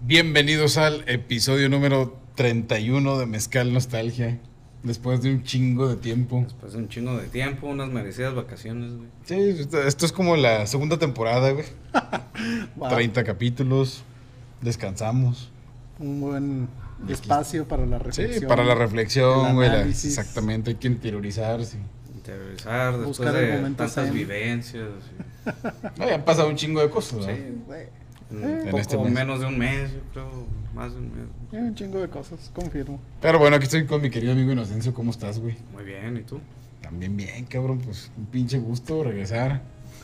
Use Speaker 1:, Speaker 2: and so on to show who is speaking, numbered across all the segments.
Speaker 1: Bienvenidos al episodio número 31 de Mezcal Nostalgia. Después de un chingo de tiempo.
Speaker 2: Después de un chingo de tiempo, unas merecidas vacaciones, güey.
Speaker 1: Sí, esto, esto es como la segunda temporada, güey.
Speaker 3: Wow.
Speaker 1: 30 capítulos. Descansamos.
Speaker 3: Un buen espacio para la
Speaker 1: Sí,
Speaker 3: reflexión.
Speaker 1: para la reflexión,
Speaker 3: el
Speaker 1: güey. la-
Speaker 3: análisis.
Speaker 1: Exactamente, hay que interiorizarse.
Speaker 2: Interiorizar, después
Speaker 3: Buscar el
Speaker 2: de
Speaker 3: momento
Speaker 2: tantas
Speaker 3: zen.
Speaker 2: vivencias. y-
Speaker 1: No, ya han pasado un chingo de cosas, ¿no?
Speaker 2: Sí,
Speaker 3: Güey, eh,
Speaker 2: un
Speaker 3: En
Speaker 2: poco
Speaker 1: este mes.
Speaker 2: menos de un mes, yo creo, más de un mes.
Speaker 3: un chingo de cosas, confirmo.
Speaker 1: Pero bueno, aquí estoy con mi querido amigo Inocencio. ¿Cómo estás, güey?
Speaker 2: Muy bien, ¿y tú?
Speaker 1: También bien, cabrón. Pues un pinche gusto regresar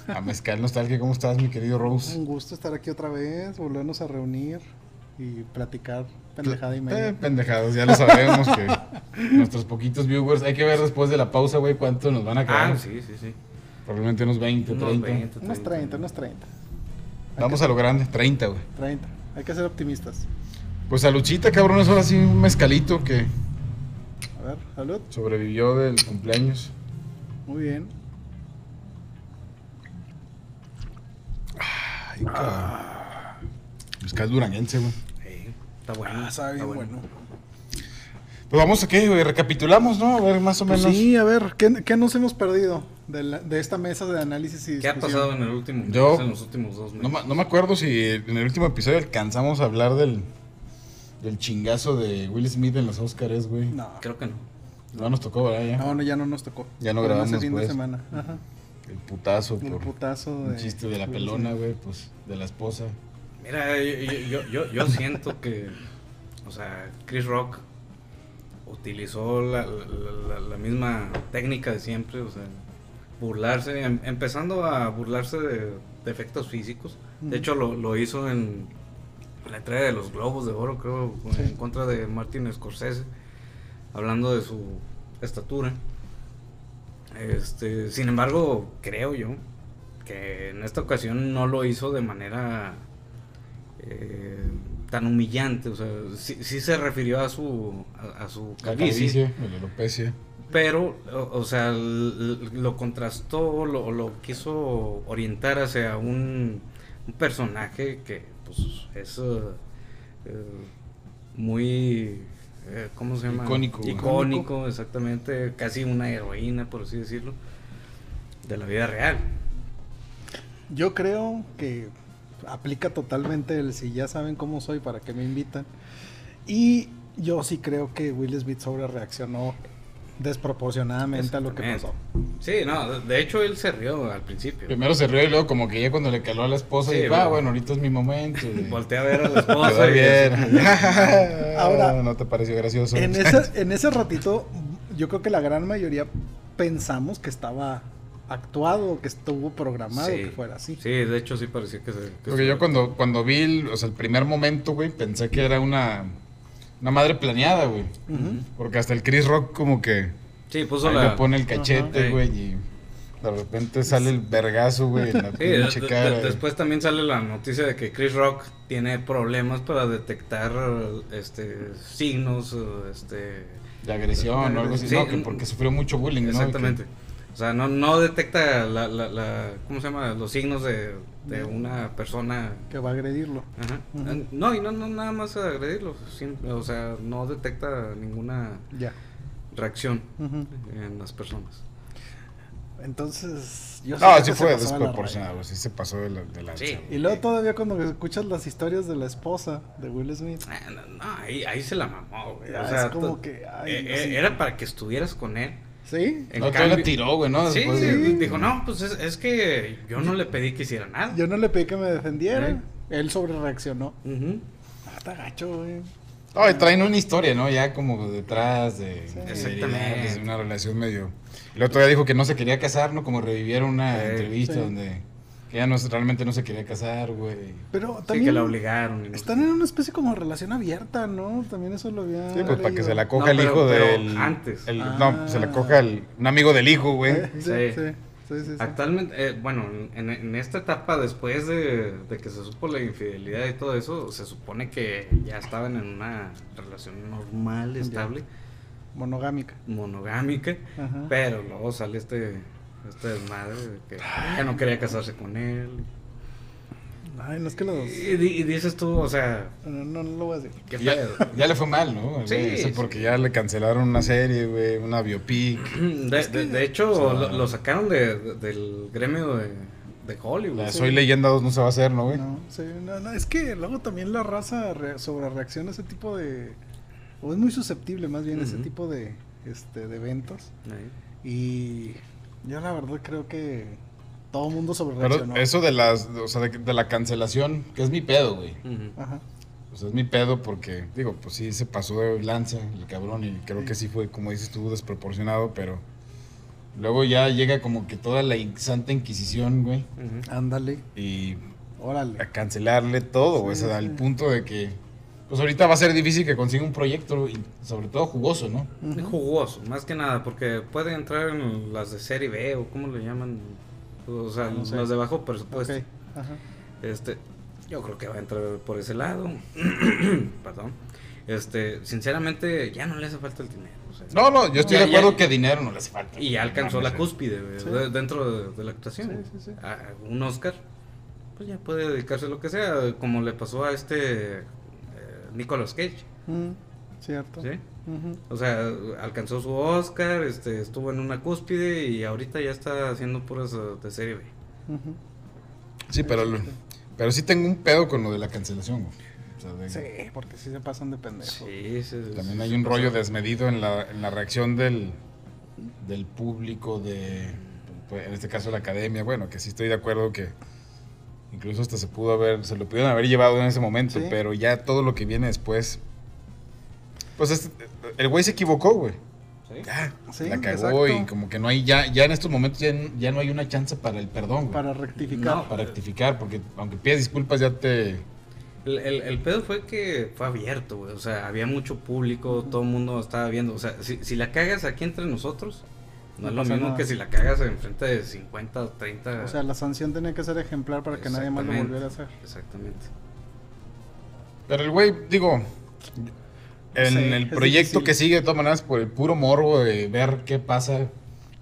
Speaker 1: a Mezcal Nostalgia. ¿Cómo estás, mi querido Rose?
Speaker 3: Un gusto estar aquí otra vez, volvernos a reunir y platicar pendejada y
Speaker 1: Eh,
Speaker 3: media.
Speaker 1: pendejadas, ya lo sabemos que nuestros poquitos viewers. Hay que ver después de la pausa, güey, cuánto nos van a quedar.
Speaker 2: Ah, sí, sí, sí.
Speaker 1: Probablemente unos 20, 30.
Speaker 3: Unos 30, unos 30.
Speaker 1: Vamos a lo grande, 30, güey.
Speaker 3: 30. Hay que ser optimistas.
Speaker 1: Pues a Luchita, cabrón, es ahora sí un mezcalito que
Speaker 3: A ver, salud.
Speaker 1: sobrevivió del cumpleaños.
Speaker 3: Muy bien.
Speaker 1: Ay, cabrón. Mezcal Pues duranguense, güey.
Speaker 2: Sí,
Speaker 1: Ah,
Speaker 2: está
Speaker 3: Ah,
Speaker 2: bueno. está
Speaker 1: Pues vamos a qué, güey, recapitulamos, ¿no? A ver, más o
Speaker 3: Pues
Speaker 1: menos.
Speaker 3: sí, a ver, ¿qué, qué nos hemos perdido de, la- de esta mesa de análisis y
Speaker 2: ¿Qué ha
Speaker 3: discusión?
Speaker 2: pasado en el último
Speaker 1: Yo-
Speaker 2: mes, en los últimos dos meses?
Speaker 1: No, ma- no me acuerdo si en el último episodio alcanzamos a hablar del, del chingazo de Will Smith en los Oscars, güey. No.
Speaker 3: No,
Speaker 2: Creo que no.
Speaker 1: nos tocó, ¿verdad? Ya.
Speaker 3: no, no, ya no nos tocó.
Speaker 1: Ya no
Speaker 3: Pero
Speaker 1: grabamos,
Speaker 3: Ese fin
Speaker 1: pues.
Speaker 3: de semana. Ajá.
Speaker 1: El putazo
Speaker 3: El
Speaker 1: por
Speaker 3: putazo de.
Speaker 1: un chiste de la pelona, güey, pues de la esposa.
Speaker 2: Mira, yo, yo, yo, yo siento que, o sea, Chris Rock utilizó la, la- la- la misma técnica de siempre, o sea, burlarse, em- empezando a burlarse de defectos físicos.
Speaker 3: Ujú.
Speaker 2: De hecho, lo, lo hizo en la entrega de los Globos de Oro, creo,
Speaker 3: Sí.
Speaker 2: en contra de Martin Scorsese, hablando de su estatura. Este, sin embargo, creo yo que en esta ocasión no lo hizo de manera eh, tan humillante. O sea, sí, sí se refirió a su, a, a su
Speaker 1: La
Speaker 2: calvicie,
Speaker 1: calvicie, la alopecia.
Speaker 2: pero, o, o sea, l- l- lo contrastó, lo, lo quiso orientar hacia un, un personaje que, pues, es eh, eh, muy. eh, ¿Cómo se llama?
Speaker 1: Icónico, güey.
Speaker 2: Icónico, exactamente. Casi una heroína, por así decirlo, de la vida real.
Speaker 3: Yo creo que aplica totalmente el si ya saben cómo soy, para qué me invitan. Y yo sí creo que Will Smith sobre reaccionó desproporcionadamente a lo que pasó.
Speaker 2: Exactamente. Sí, no, de- de hecho él se rió al principio.
Speaker 1: Primero se rió y luego como que ya cuando le caló a la esposa
Speaker 2: Sí,
Speaker 1: y va,
Speaker 2: güey.
Speaker 1: bueno, ahorita es mi momento. y-
Speaker 2: Voltea a ver a la
Speaker 1: Quedó
Speaker 2: esposa. y-
Speaker 1: bien. Ahora.
Speaker 3: Ahora-
Speaker 1: No te pareció gracioso.
Speaker 3: En ese, en ese ratito, yo creo que la gran mayoría pensamos que estaba actuado, que estuvo programado,
Speaker 2: Sí.
Speaker 3: que fuera así.
Speaker 2: Sí, de hecho sí parecía que se... que
Speaker 1: Porque
Speaker 2: se-
Speaker 1: yo cuando, cuando vi, el- o sea, el primer momento, güey, pensé que era una, una madre planeada, güey.
Speaker 3: Ujú.
Speaker 1: Porque hasta el Chris Rock como que
Speaker 2: Sí, puso
Speaker 1: ahí le
Speaker 2: la...
Speaker 1: pone el
Speaker 2: Ajá.
Speaker 1: cachete,
Speaker 2: Sí.
Speaker 1: güey, y de repente sale el vergazo, güey, en la
Speaker 2: Sí, de-
Speaker 1: pinche
Speaker 2: de-
Speaker 1: cara.
Speaker 2: de- después también sale la noticia de que Chris Rock tiene problemas para detectar este signos este
Speaker 1: de agresión o algo así,
Speaker 2: Sí,
Speaker 1: no, que
Speaker 2: mm,
Speaker 1: porque sufrió mucho bullying, ¿no?
Speaker 2: exactamente.
Speaker 1: Que-
Speaker 2: O sea, no, no detecta la, la, la- ¿cómo se llama? los signos de, de una persona
Speaker 3: Que va a agredirlo.
Speaker 2: Ajá.
Speaker 3: Ujú.
Speaker 2: No, y no, no nada más agredirlos, sin- o sea, no detecta ninguna
Speaker 3: Ya.
Speaker 2: reacción
Speaker 3: Ujú.
Speaker 2: en las personas.
Speaker 3: Entonces, yo
Speaker 1: No,
Speaker 3: creo
Speaker 1: sí
Speaker 3: que se
Speaker 1: fue
Speaker 3: pasó de la raya.
Speaker 1: desproporcionado, sí se pasó de la, de lanza,
Speaker 2: Sí.
Speaker 1: güey.
Speaker 3: Y luego todavía cuando escuchas las historias de la esposa de Will Smith,
Speaker 2: Ah, No, no, ahí, ahí se la mamó, güey.
Speaker 3: Ya,
Speaker 2: o
Speaker 3: es
Speaker 2: sea,
Speaker 3: como
Speaker 2: to-
Speaker 3: que, ay,
Speaker 2: eh,
Speaker 3: no
Speaker 2: eh,
Speaker 3: sé.
Speaker 2: era para que estuvieras con él.
Speaker 3: ¿sí?
Speaker 2: En
Speaker 1: No, todavía
Speaker 2: cambio-
Speaker 1: la tiró, güey, ¿no?
Speaker 2: sí,
Speaker 1: Después
Speaker 2: sí,
Speaker 1: de-
Speaker 2: dijo, no, pues es, es que yo no le pedí que hiciera nada.
Speaker 3: Yo no le pedí que me defendiera,
Speaker 2: Ey.
Speaker 3: él sobre reaccionó.
Speaker 2: Ujú.
Speaker 3: Ah, está gacho, güey.
Speaker 1: No, y traen una historia, ¿no? Ya como detrás de,
Speaker 3: Sí.
Speaker 1: de
Speaker 2: Exactamente.
Speaker 1: una relación medio... El otro día dijo que no se quería casar, ¿no? Como revivieron una
Speaker 2: Sí.
Speaker 1: entrevista
Speaker 3: Sí.
Speaker 1: donde que ella no, se- realmente no se quería casar, güey.
Speaker 3: Pero
Speaker 2: Sí,
Speaker 3: Ah, también
Speaker 2: que la obligaron. y no
Speaker 3: están
Speaker 2: sé.
Speaker 3: en una especie como de relación abierta, ¿no? También eso lo había
Speaker 1: Sí, pues para que
Speaker 3: leído.
Speaker 1: se la
Speaker 2: No,
Speaker 1: coja el
Speaker 2: pero-
Speaker 1: hijo
Speaker 2: pero
Speaker 1: del...
Speaker 2: antes.
Speaker 1: el-
Speaker 3: Ah.
Speaker 1: No, se la coja el- un amigo del hijo, güey.
Speaker 3: Eh, Sí,
Speaker 2: Sí.
Speaker 3: sí, sí, sí, sí.
Speaker 2: Actualmente, eh, bueno, en, en esta etapa, después de, de que se supo la infidelidad y todo eso, se supone que ya estaban en una relación normal, estable,
Speaker 3: Monogámica.
Speaker 2: monogámica,
Speaker 3: Ajá.
Speaker 2: pero luego sale este, este desmadre de que ya no quería casarse con él.
Speaker 3: Ay, no es que los.
Speaker 2: Y, di- y dices tú, o sea,
Speaker 3: No, no, no lo voy a decir.
Speaker 2: qué
Speaker 1: Ya,
Speaker 2: pedo.
Speaker 1: ya le fue mal, ¿no? Al
Speaker 2: Sí,
Speaker 1: güey, ese
Speaker 2: sí.
Speaker 1: porque ya le cancelaron una serie, güey, una biopic.
Speaker 2: De, de- de hecho,
Speaker 1: o sea,
Speaker 2: lo, lo sacaron de- de- del gremio de, de Hollywood.
Speaker 1: La
Speaker 2: Sí.
Speaker 1: Soy Leyenda 2 no se va a hacer, ¿no, güey?
Speaker 3: No, sí, no, no, es que luego también la raza re- sobre reacciona a ese tipo de. O es muy susceptible más bien a ese
Speaker 2: Ujú.
Speaker 3: tipo de, este, de eventos.
Speaker 2: Ahí.
Speaker 3: Y yo la verdad creo que todo el mundo sobre reaccionó.
Speaker 1: Pero eso de las, o sea, de, de la cancelación, que es mi pedo, güey.
Speaker 2: Ujú.
Speaker 3: Ajá.
Speaker 1: O sea, es mi pedo porque, digo, pues sí se pasó de lanza el cabrón y creo que sí fue, como dices tú, desproporcionado, pero luego ya llega como que toda la in- santa inquisición, güey,
Speaker 2: Ujú.
Speaker 3: Ándale,
Speaker 1: y a
Speaker 3: órale.
Speaker 1: cancelarle todo, güey,
Speaker 3: Sí,
Speaker 1: o sea,
Speaker 3: sí.
Speaker 1: al punto de que, pues ahorita va a ser difícil que consiga un proyecto, güey, y sobre todo jugoso, ¿no?
Speaker 3: Ujú.
Speaker 2: Jugoso, más que nada, porque puede entrar en las de serie B o como le llaman, o sea,
Speaker 3: Ah, No sé.
Speaker 2: las de bajo
Speaker 3: Ok,
Speaker 2: presupuesto.
Speaker 3: ajá.
Speaker 2: Este, yo creo que va a entrar por ese lado. Perdón. Este, sinceramente, ya no le hace falta el dinero. o sea,
Speaker 1: No, no, yo estoy
Speaker 2: Ya,
Speaker 1: de acuerdo
Speaker 2: ya.
Speaker 1: que dinero no le hace falta. Ah,
Speaker 2: Y ya alcanzó la
Speaker 1: costa
Speaker 2: cúspide güey,
Speaker 3: Sí.
Speaker 2: de- dentro de, de la actuación.
Speaker 3: Sí, sí, sí.
Speaker 2: A- a un Oscar, pues ya puede dedicarse a lo que sea, como le pasó a este eh, Nicolas Cage.
Speaker 3: Mm, cierto.
Speaker 2: ¿sí?
Speaker 3: Ujú.
Speaker 2: O sea, alcanzó su Oscar, este, estuvo en una cúspide y ahorita ya está haciendo puras eh, de serie B.
Speaker 3: Ujú.
Speaker 1: pues, Sí, pero, lo- pero sí tengo un pedo con lo de la cancelación, güey. O sea, de-
Speaker 3: Sí, porque sí se pasan de pendejos.
Speaker 2: Sí, sí, sí,
Speaker 1: También
Speaker 2: sí,
Speaker 1: hay
Speaker 2: sí
Speaker 1: un
Speaker 2: pasó.
Speaker 1: rollo desmedido en la, en la reacción del, del público, de, pues, en este caso la academia. Bueno, que sí estoy de acuerdo que incluso hasta se pudo haber, se lo pudieron haber llevado en ese momento,
Speaker 3: Sí.
Speaker 1: pero ya todo lo que viene después. Pues este- el güey se equivocó, güey.
Speaker 2: Sí.
Speaker 1: Ya,
Speaker 3: Sí,
Speaker 1: la cagó y
Speaker 3: exacto.
Speaker 1: como que no hay, ya, ya en estos momentos ya, ya no hay una chance para el perdón, güey. Para,
Speaker 3: Para rectificar.
Speaker 2: No.
Speaker 1: rectificar, porque aunque pidas disculpas ya te.
Speaker 2: El, el- el pedo fue que fue abierto, güey. O sea, había mucho público, todo el mundo estaba viendo. O sea, si, si la cagas aquí entre nosotros, no,
Speaker 3: No
Speaker 2: es lo
Speaker 3: pasa
Speaker 2: mismo
Speaker 3: nada.
Speaker 2: que si la cagas enfrente de 50 o 30.
Speaker 3: O sea, la sanción tenía que ser ejemplar para que nadie más lo
Speaker 2: Exactamente.
Speaker 3: volviera a hacer.
Speaker 2: Exactamente.
Speaker 1: Pero el güey, digo, en
Speaker 3: Sí,
Speaker 1: el
Speaker 3: es
Speaker 1: proyecto
Speaker 3: difícil.
Speaker 1: que sigue, de todas maneras, por el puro morbo de ver qué pasa,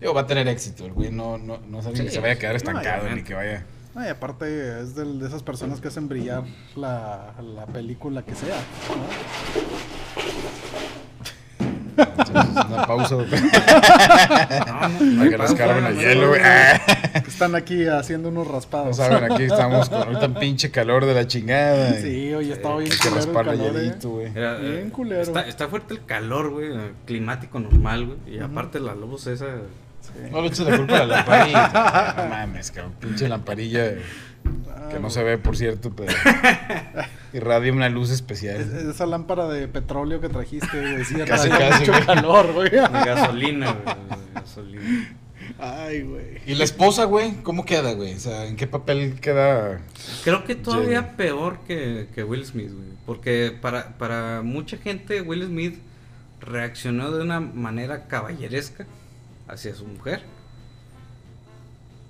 Speaker 1: digo, va a tener éxito. El güey no, no, no es alguien que
Speaker 2: Sí,
Speaker 1: se vaya a quedar
Speaker 2: sí,
Speaker 1: estancado
Speaker 2: obviamente.
Speaker 1: ni que vaya.
Speaker 3: No, y aparte es del- de esas personas que hacen brillar la, la película que sea. ¿no?
Speaker 1: Es una pausa.
Speaker 2: No, no, no
Speaker 1: Para
Speaker 2: hay
Speaker 1: que nos
Speaker 2: pausa,
Speaker 1: carguen
Speaker 2: no
Speaker 1: el
Speaker 2: hay
Speaker 1: hielo, güey.
Speaker 3: Ah.
Speaker 2: pausa.
Speaker 3: Que Están aquí haciendo unos
Speaker 1: ah. No
Speaker 3: raspados.
Speaker 1: saben, aquí estamos con ahorita un pinche calor de la chingada. y
Speaker 3: Sí, oye, estaba
Speaker 2: Sí,
Speaker 1: Hay
Speaker 3: bien
Speaker 1: que
Speaker 3: culero el
Speaker 1: raspar
Speaker 3: calor, ¿eh?
Speaker 1: hielito, güey.
Speaker 2: Era, eh,
Speaker 3: Bien culero.
Speaker 2: Está, está fuerte el calor, güey, eh, climático normal, güey. Y aparte la lobos esa...
Speaker 3: Sí.
Speaker 1: No le eches la culpa a la lamparilla. No mames, cabrón. Pinche lamparilla
Speaker 3: Ah,
Speaker 1: que no
Speaker 3: güey.
Speaker 1: se ve, por cierto, pero irradia una luz especial.
Speaker 3: Es- esa lámpara de petróleo que trajiste, güey, sí,
Speaker 1: Casi,
Speaker 3: hacía
Speaker 1: casi,
Speaker 3: mucho
Speaker 1: güey.
Speaker 3: calor, güey.
Speaker 2: De gasolina, güey. de gasolina.
Speaker 3: Ay, güey.
Speaker 1: ¿Y la esposa, güey? ¿Cómo queda, güey? O sea, ¿en qué papel queda?
Speaker 2: Creo que todavía
Speaker 1: Jenny.
Speaker 2: peor que, que Will Smith, güey. Porque para, para mucha gente Will Smith reaccionó de una manera caballeresca hacia su mujer.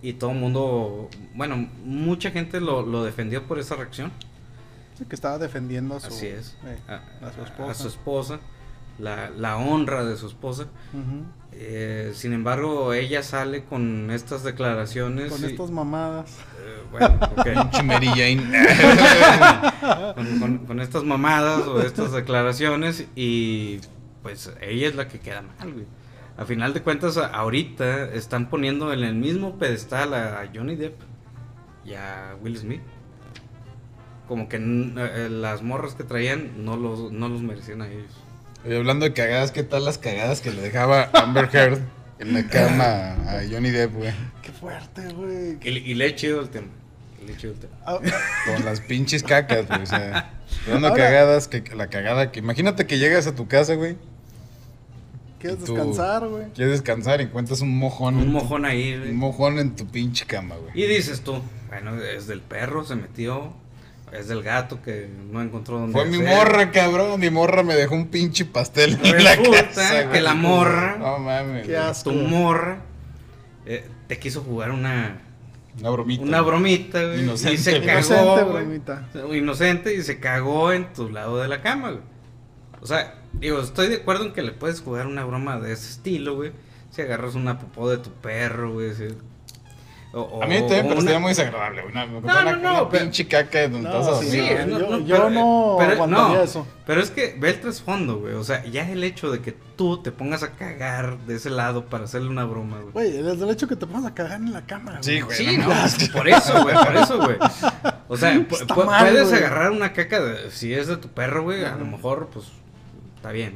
Speaker 2: Y todo el mundo, bueno, mucha gente lo, lo defendió por esa reacción.
Speaker 3: Sí, que estaba defendiendo a su...
Speaker 2: Así es.
Speaker 3: eh,
Speaker 2: A,
Speaker 3: a su
Speaker 2: a-
Speaker 3: esposa.
Speaker 2: a su esposa, la, la honra de su esposa.
Speaker 3: ujú,
Speaker 2: Eh, sin embargo, ella sale con estas declaraciones.
Speaker 3: Con
Speaker 2: y-
Speaker 3: estas mamadas.
Speaker 2: eh, bueno, ok.
Speaker 1: Pinche Mary Jane.
Speaker 2: con, con- con estas mamadas o estas declaraciones y pues ella es la que queda mal, güey. A final de cuentas, a- ahorita están poniendo en el mismo pedestal a a Johnny Depp y a Will Smith. Como que n- eh, eh, las morras que traían no los, no los merecían a ellos.
Speaker 1: Oye, hablando de cagadas, ¿qué tal las cagadas que le dejaba Amber Heard en la cama a Johnny Depp, güey?
Speaker 3: Qué fuerte, güey.
Speaker 2: Y, le- y le he chido el tema. y le he chido el tema.
Speaker 3: Ah,
Speaker 1: Con las pinches cacas, güey. O sea, hablando de
Speaker 3: Ahora-
Speaker 1: cagadas, que la cagada que. Imagínate que llegas a tu casa, güey.
Speaker 3: ¿Quieres
Speaker 1: Y tú-
Speaker 3: descansar, güey?
Speaker 1: Quieres descansar y encuentras un mojón. en
Speaker 2: Un
Speaker 1: tu-
Speaker 2: mojón ahí. güey.
Speaker 1: Un mojón en tu pinche cama,
Speaker 2: Y
Speaker 1: güey.
Speaker 2: dices tú, bueno, es del perro, se metió. Es del gato que no encontró donde
Speaker 1: Fue mi
Speaker 2: hacer.
Speaker 1: morra, cabrón. Mi morra me dejó un pinche pastel en la
Speaker 2: Resulta
Speaker 1: casa,
Speaker 2: Pues, que
Speaker 1: güey.
Speaker 2: la morra-
Speaker 1: No mames.
Speaker 3: Qué
Speaker 1: güey.
Speaker 3: asco.
Speaker 2: tu morra eh, te quiso jugar una,
Speaker 1: Una bromita.
Speaker 2: una
Speaker 1: güey.
Speaker 2: bromita, güey,
Speaker 1: Inocente,
Speaker 2: y se
Speaker 1: güey.
Speaker 2: cagó, güey.
Speaker 3: bromita.
Speaker 2: inocente y se cagó en tu lado de la cama, güey. O sea, digo, estoy de acuerdo en que le puedes jugar una broma de ese estilo, güey. Si agarras una popó de tu perro, güey, si-
Speaker 1: a mí también me
Speaker 3: Oh.
Speaker 1: parecería muy desagradable. Una, no, una, no, una
Speaker 2: pero-
Speaker 1: pinche caca donde
Speaker 3: No,
Speaker 1: estás a
Speaker 3: sí,
Speaker 1: dormir.
Speaker 3: no, yo- yo no aguantaría eso.
Speaker 2: eh, Pero es que ve el trasfondo, güey. O sea, ya el hecho de que tú te pongas a cagar de ese lado para hacerle una broma, güey.
Speaker 3: Güey, desde el hecho que te pongas a cagar en la cama.
Speaker 1: Sí, güey.
Speaker 2: Sí,
Speaker 1: no
Speaker 2: no, pues,
Speaker 1: mames.
Speaker 2: por eso, güey, por eso, güey. O sea, pu-
Speaker 3: Está
Speaker 2: pu-
Speaker 3: mal,
Speaker 2: puedes
Speaker 3: güey.
Speaker 2: agarrar una caca, de- si es de tu perro, güey, a lo mejor, pues, está bien.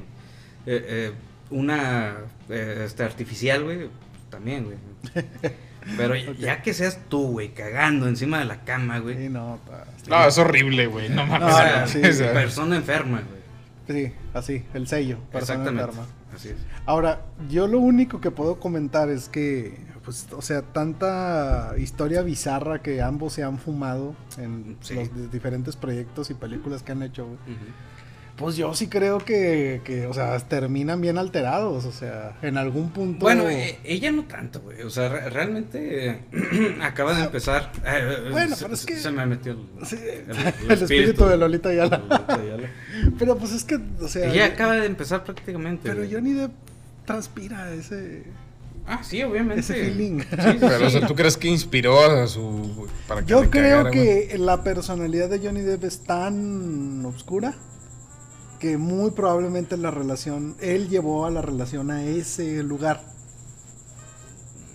Speaker 2: Eh, eh, una eh, este, artificial, güey, también, güey. Pero ya que seas tú, güey, cagando encima de la cama,
Speaker 3: Sí,
Speaker 2: güey.
Speaker 3: no, ta- sí.
Speaker 1: No, es horrible, güey. No
Speaker 2: o
Speaker 1: mames.
Speaker 2: sea,
Speaker 3: sí,
Speaker 1: o sea,
Speaker 2: persona enferma, güey.
Speaker 3: Sí, así, el sello. persona
Speaker 2: Exactamente.
Speaker 3: enferma.
Speaker 2: Así es.
Speaker 3: Ahora, yo lo único que puedo comentar es que, pues, o sea, tanta historia bizarra que ambos se han fumado en
Speaker 2: Sí.
Speaker 3: los di- diferentes proyectos y películas que han hecho, güey.
Speaker 2: Ujú.
Speaker 3: Pues yo sí creo que, que, o sea, terminan bien alterados, o sea, en algún punto...
Speaker 2: Bueno, eh, ella no tanto, güey. O sea, re- realmente eh, acaba de empezar. Eh, eh,
Speaker 3: Ah, Bueno,
Speaker 2: se,
Speaker 3: pero es
Speaker 2: se-
Speaker 3: que-
Speaker 2: se me metió el,
Speaker 3: Sí,
Speaker 2: el- el
Speaker 3: el espíritu de Lolita Ayala.
Speaker 2: Lolita Ayala.
Speaker 3: Pero pues es que, o sea...
Speaker 2: Ella
Speaker 3: yo-
Speaker 2: acaba de empezar prácticamente.
Speaker 3: Pero
Speaker 2: güey.
Speaker 3: Johnny Depp transpira ese...
Speaker 2: Ah, sí, obviamente.
Speaker 3: ese feeling.
Speaker 2: Sí, sí,
Speaker 1: Pero, o
Speaker 2: sí.
Speaker 1: sea, ¿tú crees que inspiró a su. Para que
Speaker 3: Yo
Speaker 1: le
Speaker 3: creo
Speaker 1: cagara, güey?
Speaker 3: que la personalidad de Johnny Depp es tan oscura que muy probablemente la relación, él llevó a la relación a ese lugar.